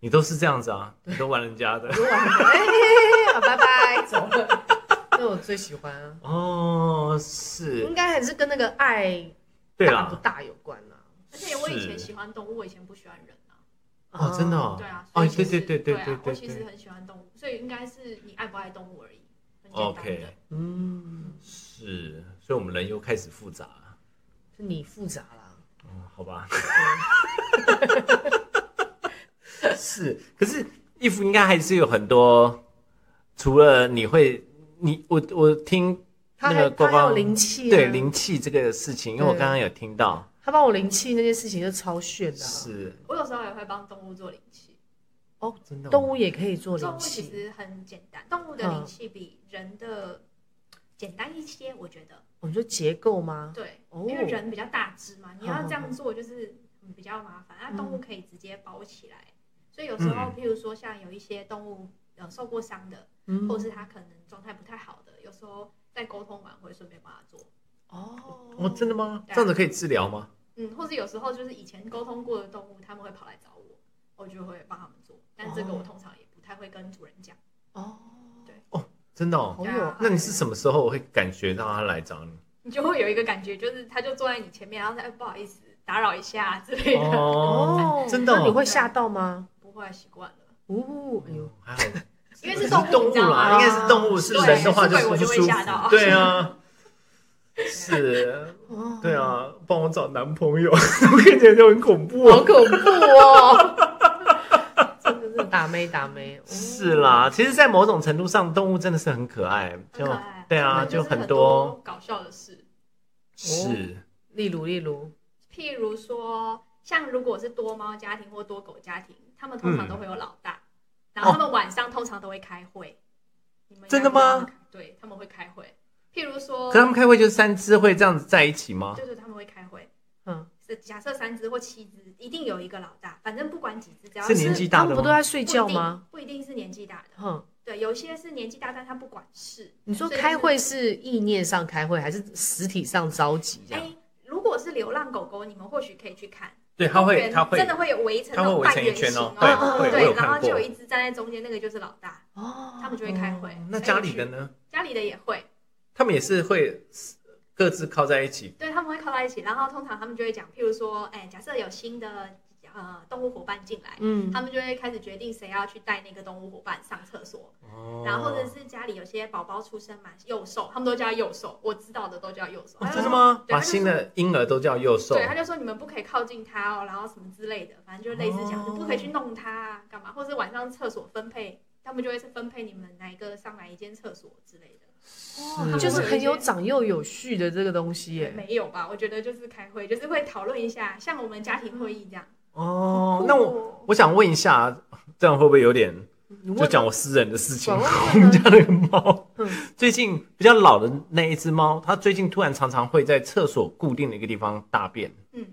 你都是这样子啊，你都玩人家的我就玩人家，哎嘿嘿嘿拜拜，走了。那我最喜欢啊，哦，是嗯应，该还是跟那个爱对大不啦，大有关啊。而且我以前是喜欢动物，我以前不喜欢人啊。哦，真的啊哦对啊，哦所以其实对对对对啊对对我其实对很喜欢动物，所以应该是你爱不爱动物而已。很简单的，OK，嗯，是，所以我们人又开始复杂了，是你复杂啦。嗯，好吧， 是，可是衣服应该还是有很多，除了你会，你我我听他那还个呱他呱还有灵气、啊，对灵气这个事情，因为我对刚刚有听到，他帮我灵气那件事情就超炫的啊、是我有时候也会帮动物做灵气，真的动物物也可以做动灵物其气，实很简单，动物嗯的灵气比人的简单一些，我觉得。我们哦说结构吗？对，哦因为人比较大只嘛，你要嗯这样做就是嗯比较麻烦，那嗯动物可以直接包起来。所以有时候嗯，譬如说像有一些动物呃受过伤的，嗯或者是它可能状态不太好的，有时候在沟通完会顺便帮它做。哦，哦，真的吗？对啊这样子可以治疗吗？嗯，或者有时候就是以前沟通过的动物，他们会跑来找我，我就会帮他们做。但这个我通常也不太会跟主人讲。 哦，真的好哦，对有啊那你是什么时候会感觉到他来找你？你就会有一个感觉，就是他就坐在你前面，然后他哎不好意思打扰一下之 类的，哦，真的那你哦，会吓到吗？不会习惯了，哦，哎呦哦，还好因为可是是动物，动你知道物啦，应吗？该是动物，是对人的话就是不鬼我就会舒服吓 到， 对啊，是。哦对，啊，帮我找男朋友， 我看起来就很恐怖啊好恐怖 哦，真的是打妹打妹，哦是，啦，其实，在某种程度上，动物真的是很可爱，很就可爱对啊，就就是很很多搞笑的事，是例如例如，譬如说，像如果是多猫家庭或多狗家庭，他们通嗯常都会有老大，然后他们晚上通常都会开会。你哦们应该真的吗不知道他们开？对，他们会开会。譬如说可，他们开会就是三只会这样子在一起吗？对对，他们会开会。嗯，是假设三只或七只，一定有一个老大，反正不管几只，只要是年纪大他的们不都吗？在睡觉吗？？不一定不一定是年纪大的，哼，对，有些是年纪大，但他不管事。你说所以开会是意念上开会，还是实体上召集这哎、样？如果是流浪狗狗，你们或许可以去看，对，他会，圆他会真，的会有围成他那会种围半成一圆圈形哦哦，对会我对，有看然后就有过一只站在中间，那个就是老大，哦，他们就会开会。那家里的呢？呢？家里的也会，他们也是会各自靠在一起。对，他们会靠在一起，然后通常他们就会讲，譬如说，哎、假设有新的呃动物伙伴进来，嗯他们就会开始决定谁要去带那个动物伙伴上厕所，哦然后或者是家里有些宝宝出生嘛，幼兽，他们都叫幼兽，我知道的都叫幼兽。哦他就真的说吗？对把他就新的婴儿都叫幼兽对，，他就说你们不可以靠近它哦，然后什么之类的，反正就类似这样子，哦不可以去弄它啊，干嘛，或者晚上厕所分配，他们就会是分配你们哪一个上哪一间厕所之类的。他们就是有一很有些长幼有序的这个东西耶。没有吧？我觉得就是开会，就是会讨论一下，像我们家庭会议这样。哦。那我我想问一下，这样会不会有点你就问讲我私人的事情？管 我们问家呢？那个猫嗯，最近比较老的那一只猫，它最近突然常常会在厕所固定的一个地方大便，嗯，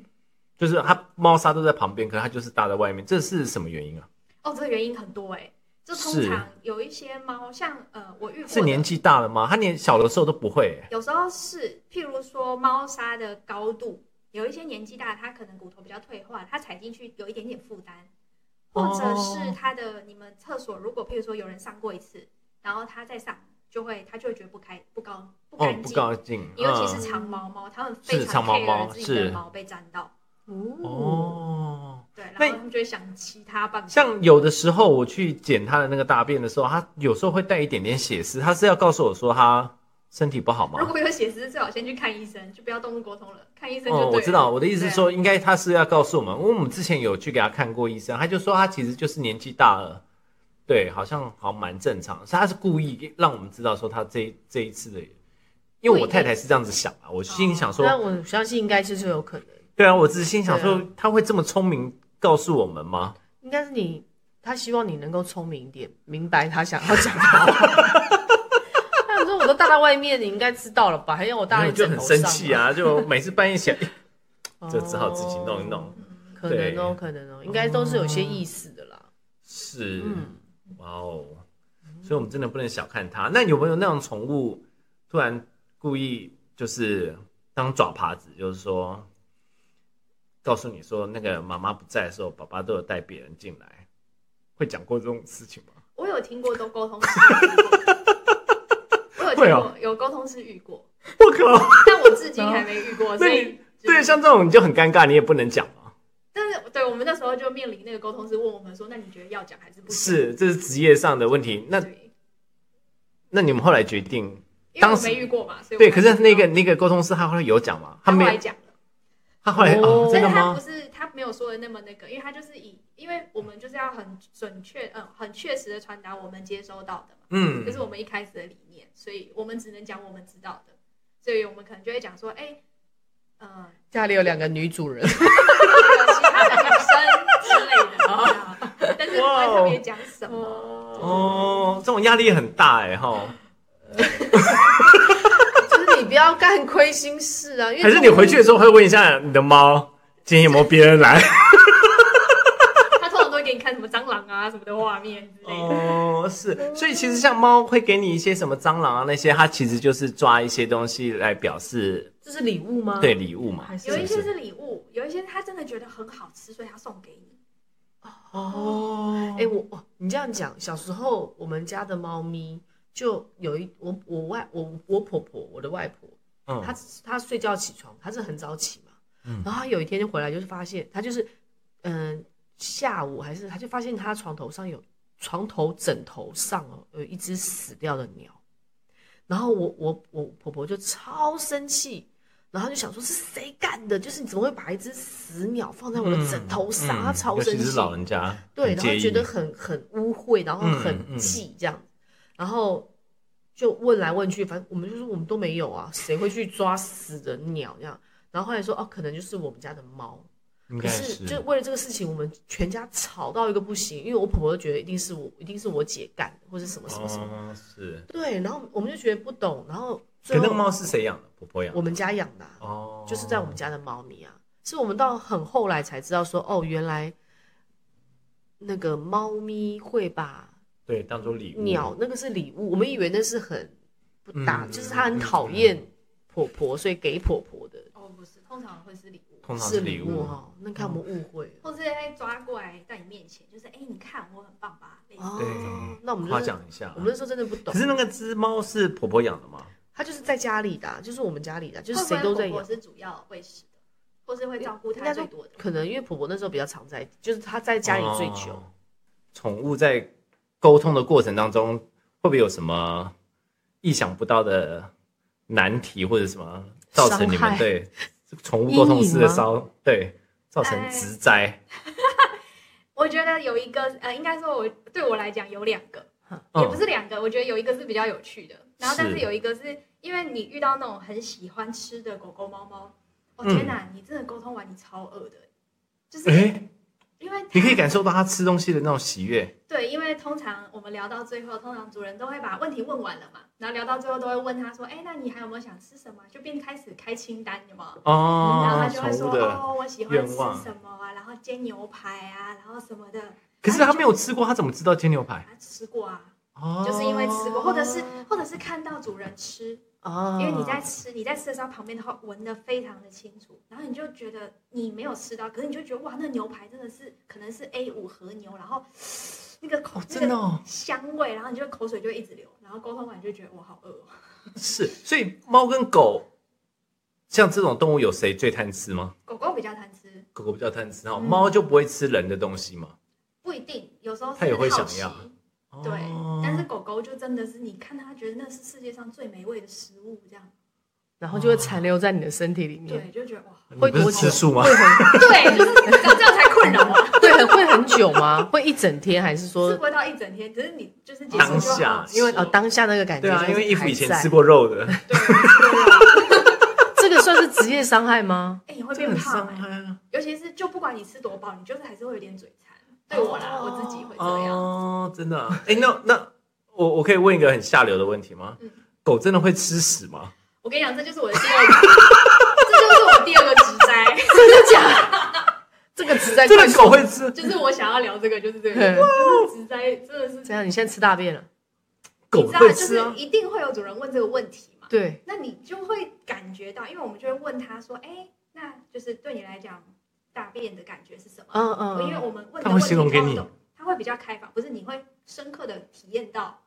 就是它猫砂都在旁边，可是它就是大在外面，这是什么原因啊？哦，这个原因很多哎、就通是常有一些猫，像呃，我遇过是年的纪大了吗？它年小的时候都不会、欸有时候是，譬如说猫砂的高度，有一些年纪大，它可能骨头比较退化，它踩进去有一点点负担，或者哦是他的你们厕所，如果譬如说有人上过一次，然后他再上，就会他就会觉得不开不高不哦干不净，高兴，尤其嗯是长毛猫，他们非是长常毛猫 care 自己是的毛被沾到，哦，哦。对，然那后他们就会想其他办法。像有的时候我去捡它的那个大便的时候，它有时候会带一点点血丝，它是要告诉我说它身体不好吗如？果有血丝，最好先去看医生，就不要动物沟通了，看医生就对哦，了。我知道，我的意思是对啊说，应该它是要告诉我们，因为我们之前有去给它看过医生，他就说它其实就是年纪大了，对，好像好像蛮正常，所以他是故意让我们知道说他这一这一次的，因为我太太是这样子想啊，我心里想说，但我相信应该是是有可能，对啊，我只是心想说哦对他会这么聪明告诉我们吗？应该是你他希望你能够聪明一点，明白他想要讲的话。 他想说我都大在外面，你应该知道了吧？还要我大然后在你就枕很头生上气啊，就每次半夜起来，哎吗，就只好自己弄一弄哦。嗯可能哦，可能哦，应该都是有些意思的啦。是，嗯，哇哦，所以我们真的不能小看它。那有没有那种宠物突然故意就是当爪耙子，就是说告诉你说那个妈妈不在的时候，爸爸都有带别人进来，会讲过这种事情吗？我有听过都沟通 失语过，我会有听过、哦有沟通失语过，我靠，但我至今还没遇过，所以就是 对，像这种你就很尴尬，你也不能讲嘛。但是对我们那时候就面临那个沟通师问我们说，那你觉得要讲还是不讲？是，这是职业上的问题。那对那你们后来决定，因为当我时没遇过嘛，所以对，可我不知是道那个那个沟通师他后来有讲吗？他没后来有，讲了，他后来哦哦，真但是的他不吗？是他没有说的那么那个，因为他就是以因为我们就是要很准确嗯很确实的传达我们接收到的嘛。嗯这是我们一开始的理念，所以我们只能讲我们知道的，所以我们可能就会讲说，哎、呃，家里有两个女主人，有其他的女生之类的，这样但是不会特别讲什么。 哦，哦，这种压力很大哎哈。就是你不要干亏心事啊，因为还是你回去的时候会问一下你的猫， 今天有没有别人来？他通常都会给你看什么蟑螂啊什么的画面之类的。哦，是，所以其实像猫会给你一些什么蟑螂啊那些，它其实就是抓一些东西来表示这是礼物吗？对，礼物嘛嗯还。是有一是些不是礼物，有一些他真的觉得很好吃，所以他送给你。哦哎、，我哦，你这样讲，小时候我们家的猫咪就有一我我外我我婆婆我的外婆，她嗯，她睡觉起床，她是很早起嘛，嗯然后她有一天就回来，就是发现她就是嗯、下午还是她就发现她床头上有床头枕头上哦有一只死掉的鸟，然后我我我婆婆就超生气。然后她就想说，是谁干的？就是你怎么会把一只死鸟放在我的枕头上？她超嗯尤生其气。是老人家，对，很然后介意觉得很很污秽，然后嗯很嗯气这样，然后就问来问去，反正我们就说我们都没有啊，谁会去抓死的鸟这样？然后后来说哦，可能就是我们家的猫，应可该是就为了这个事情，我们全家吵到一个不行，因为我婆婆就觉得一定是我，一定是我姐干的，或者什么什么什么，哦是。对，然后我们就觉得不懂，然后可最那个后猫是谁养的？婆婆养的。我们家养的啊、哦，就是在我们家的猫咪啊，是我们到很后来才知道说，哦，原来那个猫咪会把对当做礼物鸟那个是礼物，我们以为那是很不搭，嗯就是它很讨厌婆婆，所以给婆婆的哦，不是，通常会是礼物，通常是礼哦物哈、那看我们误会了。或是会抓过来在你面前，就是哎、你看我很棒吧？类似哦对，那我们夸那时候奖一下我。们那时候真的不懂可，是那个只猫是婆婆养的吗？它就是在家里的啊、就是我们家里的啊、就是会不会谁都在婆婆养。是主要喂食的，或是会照顾应他该说最多的。可能因为婆婆那时候比较常在，就是她在家里最久，哦宠物在沟通的过程当中，会不会有什么意想不到的难题或者什么，造成你伤们害对宠物沟通师的骚对造成哎职灾？我觉得有一个，呃，应该说我对我来讲有两个，哎也不嗯，是两个，我觉得有一个是比较有趣的，然后但是是有一个是因为你遇到那种很喜欢吃的狗狗猫猫，哦嗯天哪，你真的沟通完你超饿的，就是哎，因为你可以感受到它吃东西的那种喜悦。对，因为通常我们聊到最后，通常主人都会把问题问完了嘛，然后聊到最后都会问他说，哎，那你还有没有想吃什么？就变开始开清单，有没有？然后哦啊他，就宠会说物的。哦，我喜欢吃愿望什么啊，然后煎牛排啊，然后什么的，可是它没有吃过，它怎么知道煎牛排？啊吃过啊，哦，就是因为吃过，或者是或者是看到主人吃，哦，因为你嗯在吃，你在吃的时候旁边的话闻得非常的清楚，然后你就觉得你没有吃到，可是你就觉得哇，那牛排真的是可能是 A 五和牛，然后 那个口、哦，真的、哦那个香味，然后你就口水就一直流，然后沟通完就觉得我好饿、哦。是，所以猫跟狗，像这种动物有谁最贪吃吗？狗狗比较贪吃，狗狗比较贪吃，然后嗯猫就不会吃人的东西嘛。不一定，有时候是它也会好想奇要对哦，但是狗狗就真的是你看它觉得那是世界上最美味的食物，这样然后就会残留在你的身体嗯里面，对，就 觉得哇，哦你会不是多久吃素吗？会很对，就是这这样才困扰啊， 对很会很久吗？会一整天还是是说不会到一整天，只是你就是结束当就下好，吃因为哦当下那个感觉对啊，就是因为衣服还以前在吃过肉的，对对啊，这个算是职业伤害 吗？哎，你 会这变很胖伤哎，害啊。尤其是就不管你吃多饱，你就是还是会有点嘴馋。对我啦，我自己哎会这样，哦，真的、啊。哎、那那我我可以问一个很下流的问题吗？嗯狗真的会吃屎吗？我跟你讲，这就是我的第二个，这就是我第二个职灾。真的假的？这个职在真快的速狗会吃？ 就是我想要聊这个，就是这个，嗯就是直在真的是，怎样？你现在吃大便了？狗你知道，就会吃啊是？一定会有主人问这个问题嘛，对，那你就会感觉到，因为我们就会问他说，哎，那就是对你来讲，大便的感觉是什么？嗯嗯，因为我们问他的会问形题容给通常你都，他会比较开放，不是你会深刻的体验到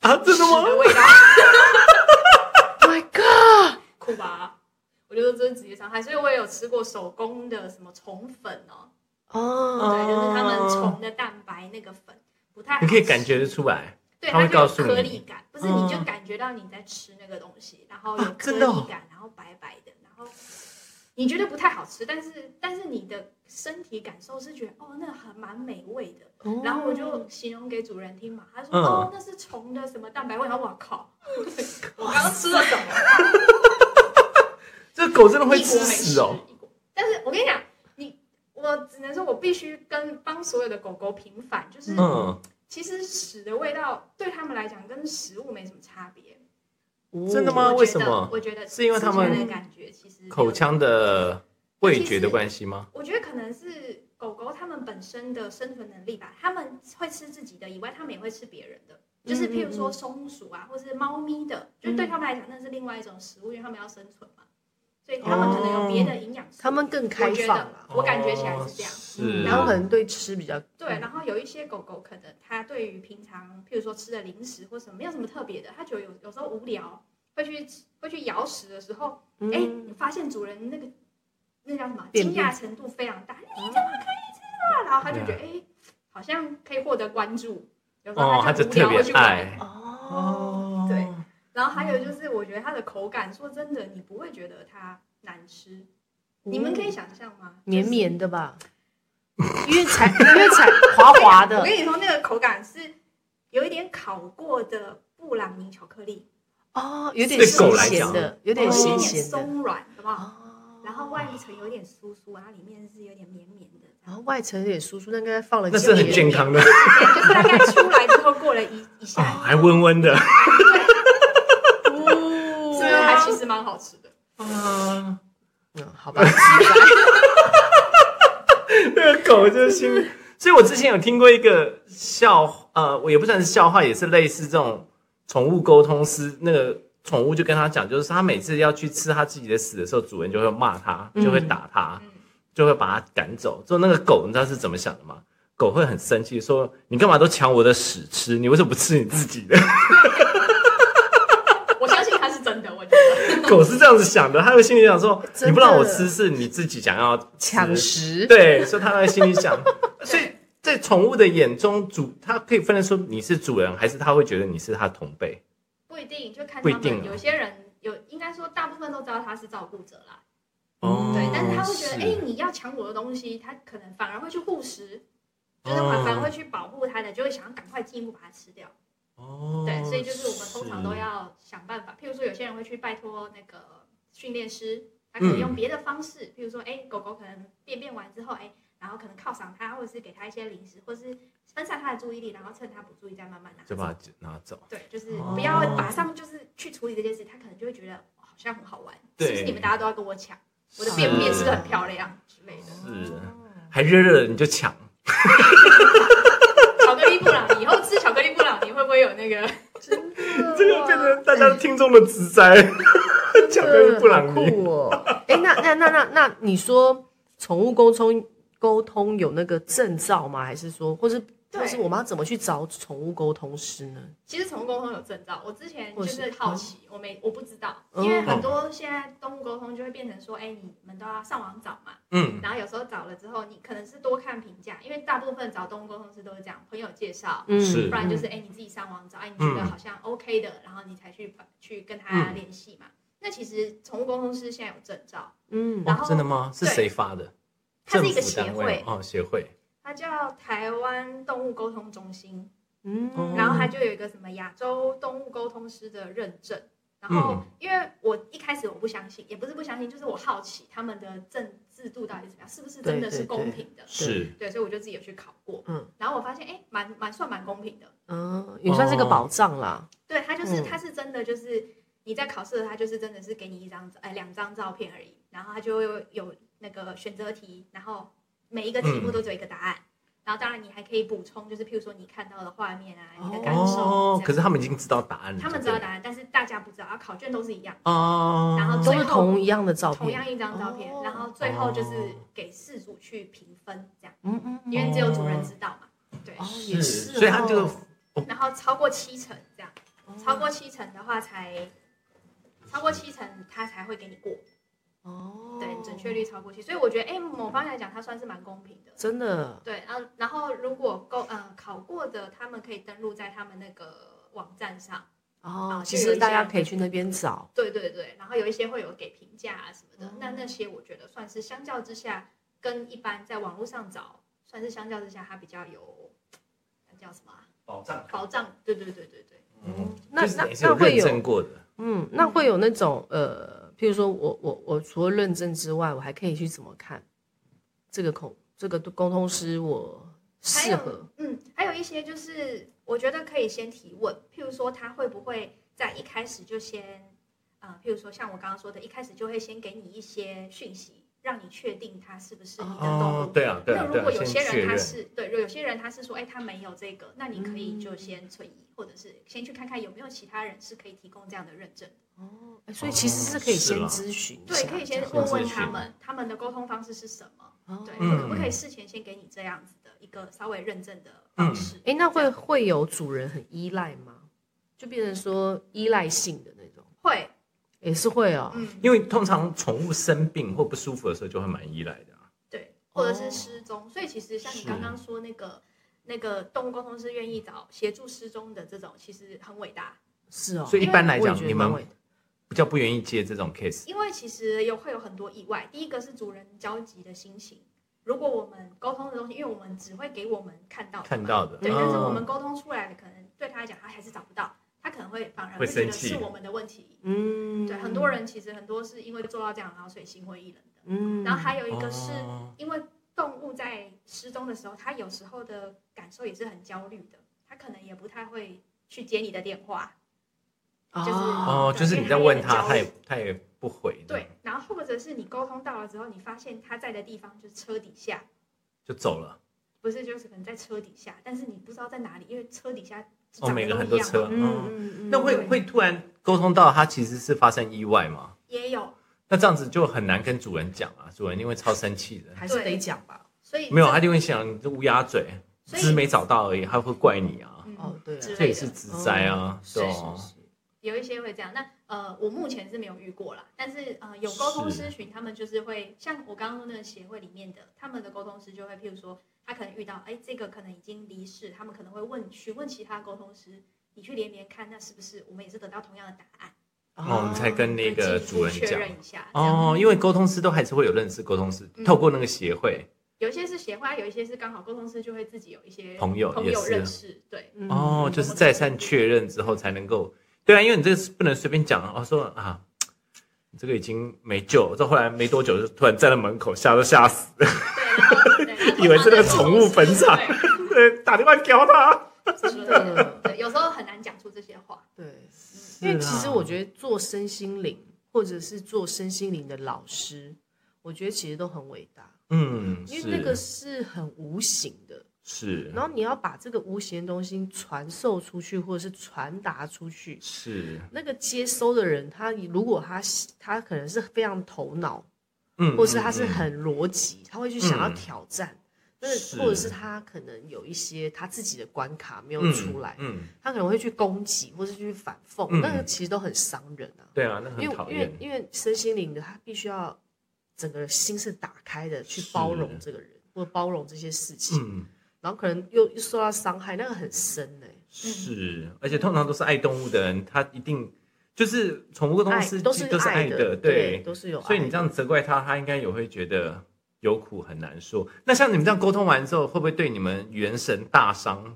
啊，真的屎吗？的味道， Oh my God，酷吧？ 我觉得这是职业伤害，所以我也有吃过手工的什么虫粉哦，哦，对，就是他们虫的蛋白那个粉不太好吃，你可以感觉得出来，对，他会它就有告诉颗你粒感，不是你就嗯感觉到你在吃那个东西，然后啊有颗真的哦粒感，然后白白的，然后你觉得不太好吃，但是但是你的身体感受是觉得哦，那很蛮美味的。哦然后我就形容给主人听嘛，他说、嗯哦，那是虫的什么蛋白味，然后我靠， 我刚刚吃了什么？这狗真的会异吃国美屎食哦。。异国但是我跟你讲，你我只能说我必须跟帮所有的狗狗平反，就是、嗯，其实屎的味道对他们来讲跟食物没什么差别。哦真的吗我为觉什得么我觉得是因为吃他起来们的感觉其实没有口腔的味觉的关系吗？我觉得可能是狗狗它们本身的生存能力吧，它们会吃自己的以外，它们也会吃别人的。就是譬如嗯嗯说嗯松鼠啊，或是猫咪的，就嗯对它们来讲那是另外一种食物，因为它们要生存嘛，所以它们可能有别的营养素。他们更开放啊啦，我感觉起来是这样哦嗯是，然后可能对吃比较对，然后有一些狗狗可能它对于平常譬如说吃的零食或什么没有什么特别的，它觉得有有时候无聊会去会去咬屎的时候，哎、嗯你发现主人那个那叫什么便惊秘讶程度非常大，你怎么可以这样？然后他就觉得哎、好像可以获得关注，有时候啊哦，它它就就无特聊会别去玩。爱。哦，哦对然后还有就是，我觉得它的口感，说真的，你不会觉得它难吃。你们可以想象吗？嗯绵就是绵的吧，因为才因为才滑滑我 的跟你说，那个口感是有一点烤过的布朗尼巧克力，哦，有点对狗咸来咸讲的，有对点哦有咸一点咸的，松啊软，好不好？哦然后外层有点酥酥，然后里面是有点绵绵的。然后外层有点酥酥，那应该放了那是很几健年康的，对就是大概出来之后过了一一哦，下，还温温的。是哦不是还其实蛮好吃的？啊，嗯，好吧， 那个狗真心。所以我之前有听过一个笑，呃，我也不算是笑话，也是类似这种宠物沟通师。那个宠物就跟他讲，就是他每次要去吃他自己的屎的时候，主人就会骂他，就会打他，嗯就会把他赶走。之后那个狗，你知道是怎么想的吗？狗会很生气，说：“你干嘛都抢我的屎吃？你为什么不吃你自己的我相信它是真的，我觉得。？”狗是这样子想的，它会心里想说：“真的你不让我吃，是你自己想要抢吃 食，对，所以他在心里想，所以在宠物的眼中，主它可以分得出你是主人，还是它会觉得你是它的同辈。不一定，就看不一他定们。啊有些人有，应该说大部分都知道他是照顾者啦，哦对，但是他会觉得，哎是，你要抢我的东西，他可能反而会去护食，就是反反而会去保护它的，就会想要赶快进一步把它吃掉。哦哎对，所以就是我们通常都要想办法，譬如说有些人会去拜托那个训练师，他可以嗯用别的方式，譬如说，哎，狗狗可能便便完之后，哎，然后可能犒赏它，或者是给它一些零食，或是分散它的注意力，然后趁它不注意再慢慢拿就走。把它拿走。对，就是哦不要马上就是去处理这件事，它可能就会觉得哦好像很好玩，对是不是你们大家都要跟我抢？我的是便便吃的很漂亮之类的，是，还热热的你就抢，哦巧克力布朗尼以后吃巧克力布朗尼会不会有那个？真的，这个变成大家的听众的职灾，讲的是布朗好尼。酷哦！哎，那那那那那，你说宠物沟通沟通有那个证照吗？还是说，或是对或是我们要怎么去找宠物沟通师呢？其实宠物沟通有证照，我之前我就是嗯是好奇，我没我不知道，嗯因为很多现在动物沟通就会变成说，哎，你们都要上网找嘛，嗯，然后有时候找了之后，你可能是多看评价，因为大部分找动物沟通师都是这样，朋友介绍，嗯，是不然就是哎你自己上网找，哎你觉得好像 OK 的，然后你才去去跟他嗯联系嘛。那其实宠物沟通师现在有证照，嗯然哦，后真的吗？是对谁发的？它政是一个府协单位会，哦，协会。它叫台湾动物沟通中心，嗯哦然后它就有一个什么亚洲动物沟通师的认证。然后嗯，因为我一开始我不相信，也不是不相信，就是我好奇他们的政制度到底是怎么样，是不是真的对是对公对平的？是，对，所以我就自己有去考过，嗯嗯，然后我发现，哎，蛮蛮算蛮公平的，嗯，也算是哦个保障啦。对，他就是嗯他是真的就是你在考试的时候，他就是真的是给你一张呃两张照片而已，然后他就会有那个选择题，然后每一个题目嗯都只有一个答案，然后当然你还可以补充，就是譬如说你看到的画面啊，你的感受，哦，这可样是他们已经知道答嗯案了。他们知道答案，但是大家不知道，啊，考卷都是一样，哦，然后都最是后同一样的照同片，样一张照片，哦然后最后就是哦给事主去评分这样，嗯嗯，嗯因为只有主人知道嘛，对，哦也是，是哦，所以他这个然后超过七成这样。哦超过七成的话才，超过七成他才会给你过，哦，对，准确率超过七，所以我觉得，哎、某方面来讲，它算是蛮公平的。真的对，然后然后如果够，嗯，考过的他们可以登录在他们那个网站上，哦啊，其就有实一大些家可以去那边找，对对对，然后有一些会有给评价啊什么的，嗯那那些我觉得算是相较之下，跟一般在网络上找，算是相较之下它比较有，那叫什么啊、保障，保障？对对对对对，嗯，那就是那等于是那会认有证过的，嗯，那会有那种呃，譬如说我我我除了认证之外，我还可以去怎么看这个口这个沟通师我还适有合嗯，还有一些就是我觉得可以先提问，譬如说他会不会在一开始就先，呃，譬如说像我刚刚说的，一开始就会先给你一些讯息，让你确定它是不是你的动哦物。，对啊，对那啊，如对果啊，有先些确人他认，是对，有些人他是说，哎，他没有这个，那你可以就嗯先存疑，或者是先去看看有没有其他人是可以提供这样的认证的。哦，哎所以其实是可以哦是啊先啦咨询一哦对，下可以这样先先问问咨询他们，他们的沟通方式是什么？哦对，嗯可不可以事前先给你这样子的一个稍微认证的嗯方式？哎，那这会样会有主人很依赖吗？就变成说依赖性的那种，会，也是会哦，嗯，因为通常宠物生病或不舒服的时候就会蛮依赖的啊。对，哦或者是失踪。所以其实像你是刚刚说那个那个动物沟通师愿意找协助失踪的这种，其实很伟大，是哦。所以一般来我也讲，觉得你蛮们伟比较不愿意接这种 case，因为其实有会有很多意外。第一个是主人焦急的心情。如果我们沟通的东西，因为我们只会给我们看到的嘛看到的对，嗯但是我们沟通出来的，可能对他来讲，他还是找不到，他可能会反而会会觉生得气是我们的问题。嗯，对，很多，人其实很多是因为做到这样，然后所以心灰意冷的。嗯，然后还有一个是哦因为动物在失踪的时候，它有时候的感受也是很焦虑的，它可能也不太会去接你的电话。就是哦，对就是你在问他，因他为他也也他也不回，对，，然后或者是你沟通到了之后，你发现它在的地方就是车底下，就走了。不是就是可能在车底下，但是你不知道在哪里，因为车底下哦，长每个得都很一多样车，嘛。嗯嗯，嗯嗯，那会对会突然沟通到他其实是发生意外吗？也有，那这样子就很难跟主人讲啊，主人一定会超生气的。还是得讲吧。所以没有，这他就会想你这乌鸦嘴，所以只没找到而已，他会怪你啊，嗯哦，对啊，之类的这也是职灾啊，是对是啊，是有一些会这样。那呃，我目前是没有遇过啦，但是呃，有沟通是师群，他们就是会像我刚刚说那个协会里面的，他们的沟通师就会，譬如说他可能遇到，哎，这个可能已经离世，他们可能会问询问其他沟通师，你去连连看，那是不是我们也是得到同样的答案？啊哦，你才跟那个主人去确讲。认一下。这样哦，因为沟通师都还是会有认识沟通师，嗯透过那个协会有一些是协会啊，有一些是刚好沟通师就会自己有一些朋友朋也友是啊认识，对，嗯哦，就是再三确认之后才能够。对啊，因为你这个是不能随便讲啊哦，说啊，你这个已经没救了。这后来没多久就突然站在门口，吓都吓死，对，然后对然后以为是那个宠物坟场对对，打电话叫他。之类嗯的对，有时候很难讲出这些话，对，是啊因为其实啦我觉得做身心灵或者是做身心灵的老师，我觉得其实都很伟大，嗯，因为那是个是很无形的，是然后你要把这个无形的东西传授出去，或者是传达出去。是，那个接收的人，他如果他他可能是非常头脑，嗯，或是他是嗯嗯很逻辑，他会去想要嗯挑战，那是或者是他可能有一些他自己的关卡没有嗯出来，嗯，他可能会去攻击或是去反讽，嗯那个其实都很伤人啊。对啊，那很因为讨因厌为。因为身心灵的，他必须要整个心是打开的，去包容这个人，或包容这些事情，嗯，然后可能又又受到伤害，那个很深呢、是，而且通常都是爱动物的人，他一定就是宠物公爱司都是都是爱的，啊对。都是有爱的。所以你这样责怪他，他应该也会觉得有苦很难说。那像你们这样沟通完之后，会不会对你们元神大伤？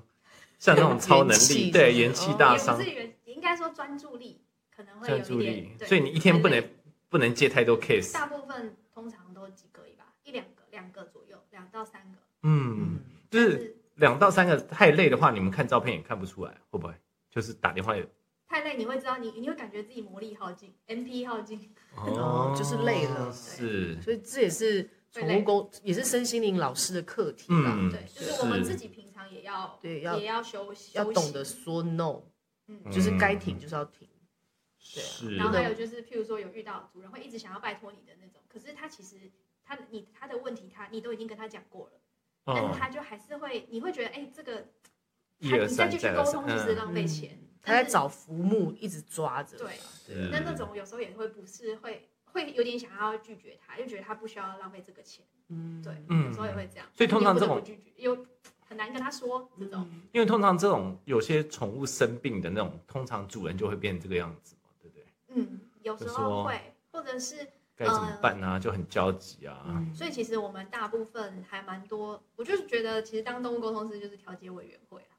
像那种超能元气 力，对是不是元气哦大也伤不是，原，应该说专注力可能会有专一注力点，，对所以你一天不能对不能接太多 case。大部分通常都几个而已吧，一两个、两个左右，两到三个。嗯，嗯，就但是两到三个太累的话，你们看照片也看不出来，会不会？就是打电话也太累，你会知道你你会感觉自己魔力耗尽，MP 耗尽。哦就是累了是，所以这也是宠物沟，也是身心灵老师的课题啦。嗯对，就是我们是自己平常也要对要也要休息，要懂得休息说 no，嗯。就是该停就是要停。对啊是然后还有就是，譬如说有遇到主人会一直想要拜托你的那种，可是他其实他你他的问题他你都已经跟他讲过了，但嗯是他就还是会，你会觉得哎、这个一他而你再三，嗯继续再沟而通就是三，浪费钱。嗯他在找浮木，一直抓着。嗯对嗯那那种有时候也会不是会会有点想要拒绝他，就觉得他不需要浪费这个钱，嗯对，嗯有时候也会这样。所以通常你这又不种得不拒绝又很难跟他说这种，嗯因为通常这种有些宠物生病的那种，通常主人就会变这个样子嘛，对不对？嗯，有时就说候会，或者是该怎么办啊？就很焦急啊。嗯所以其实我们大部分还蛮多，我就是觉得其实当动物沟通师就是调解委员会啊，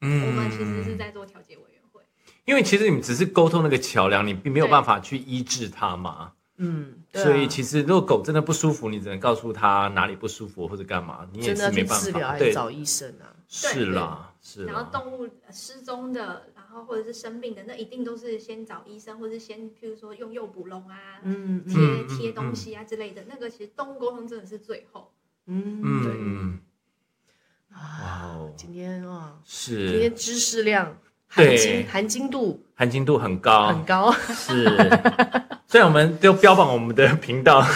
嗯我们其实是在做调解委员会，因为其实你们只是沟通那个桥梁，你并没有对办法去医治它嘛。嗯，对啊所以其实如果狗真的不舒服，你只能告诉它哪里不舒服或者干嘛，你也真的要是去没办治疗法。还是对，找医生啊？是啦，是哦然后啦。动物失踪的，然后或者是生病的，那一定都是先找医生，或是先譬如说用诱捕笼啊，嗯贴嗯嗯贴嗯东西啊之类的，那个其实动物沟通真的是最后。嗯嗯，对哇啊，哦，今天啊，今是天知识量含对哦金含金度含金度很高，很高，是，虽然我们都标榜我们的频道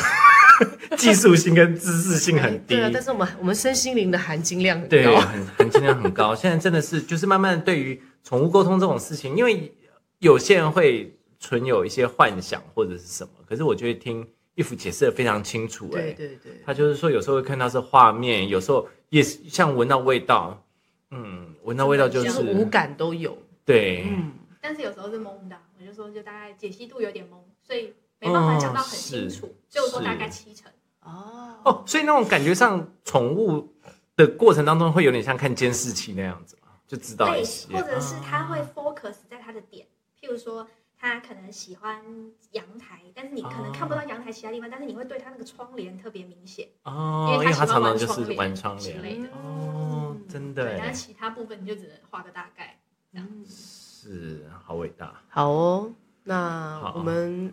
技术性跟知识性很低 对，啊，但是我们我们身心灵的含金量很对，高，很含金量很高。现 在真的是就是慢慢对于宠物沟通这种事情，因为有些人会存有一些幻想或者是什么，可是我觉得听一福解释的非常清楚、欸，对对对，他就是说有时候会看到是画面，有时候也是像闻到味道，嗯，闻到味道就就是是五感都有，对，嗯，但是有时候是懵的，啊我就说就大概解析度有点懵，所以没办法讲到很清楚，哦是所以我说大概七成。哦哦，，所以那种感觉上，宠物的过程当中会有点像看监视器那样子嘛，就知道一对些，或者是他啊会 focus 在他的点，譬如说他可能喜欢阳台，但是你可能看啊不到阳台其他地方，但是你会对他那个窗帘特别明显哦，因因为为它常它喜常欢玩就窗是帘玩窗之帘类的，哦，真的对，但耶是其他部分你就只能画个大概。嗯是好伟大，好哦，那好我们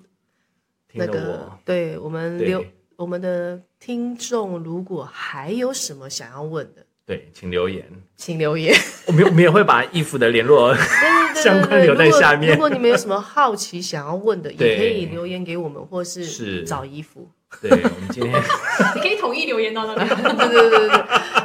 听那得个我，对我们留对我们的听众，如果还有什么想要问的，对，请留言，请留言。我们我们也会把衣服的联络， 对对对对对相关留在下面如果如果你们有什 么好奇想要问的，对也可以留言给我们，或是是找衣服。对我们今天你可以统一留言到那边。 对对对对对，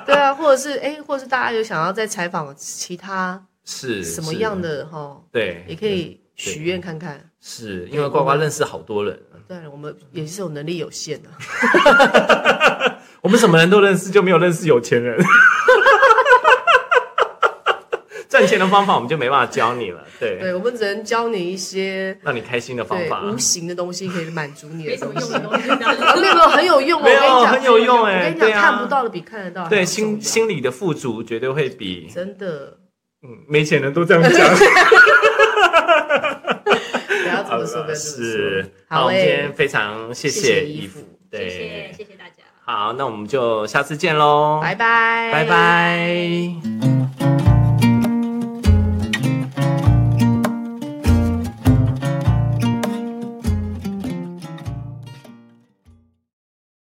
对啊，或者是哎，或者是大家有想要再采访其他是 什么是样的哈，对，也可以许愿看看。是因为呱呱认识好多人，对，我们也是有能力有限的、我们什么人都认识，就没有认识有钱 人。赚钱的方法我们就没办法教你了，对，对，我们只能教你一些让你开心的方对法。无形的东西，可以满足你的没什么东用西。的东西，这样 没有没有很有用哦，我没跟有你讲，很有用哎我跟你对讲，啊看不到的比看得到还对，要心重要心理的富足绝对会比真的嗯没钱人都这样 讲。不要这好么说，了，不要这么 说是。好，好我们今哎天，非常谢谢谢谢衣衣服服，谢对，谢谢谢大家。好，那我们就下次见喽，拜拜，拜拜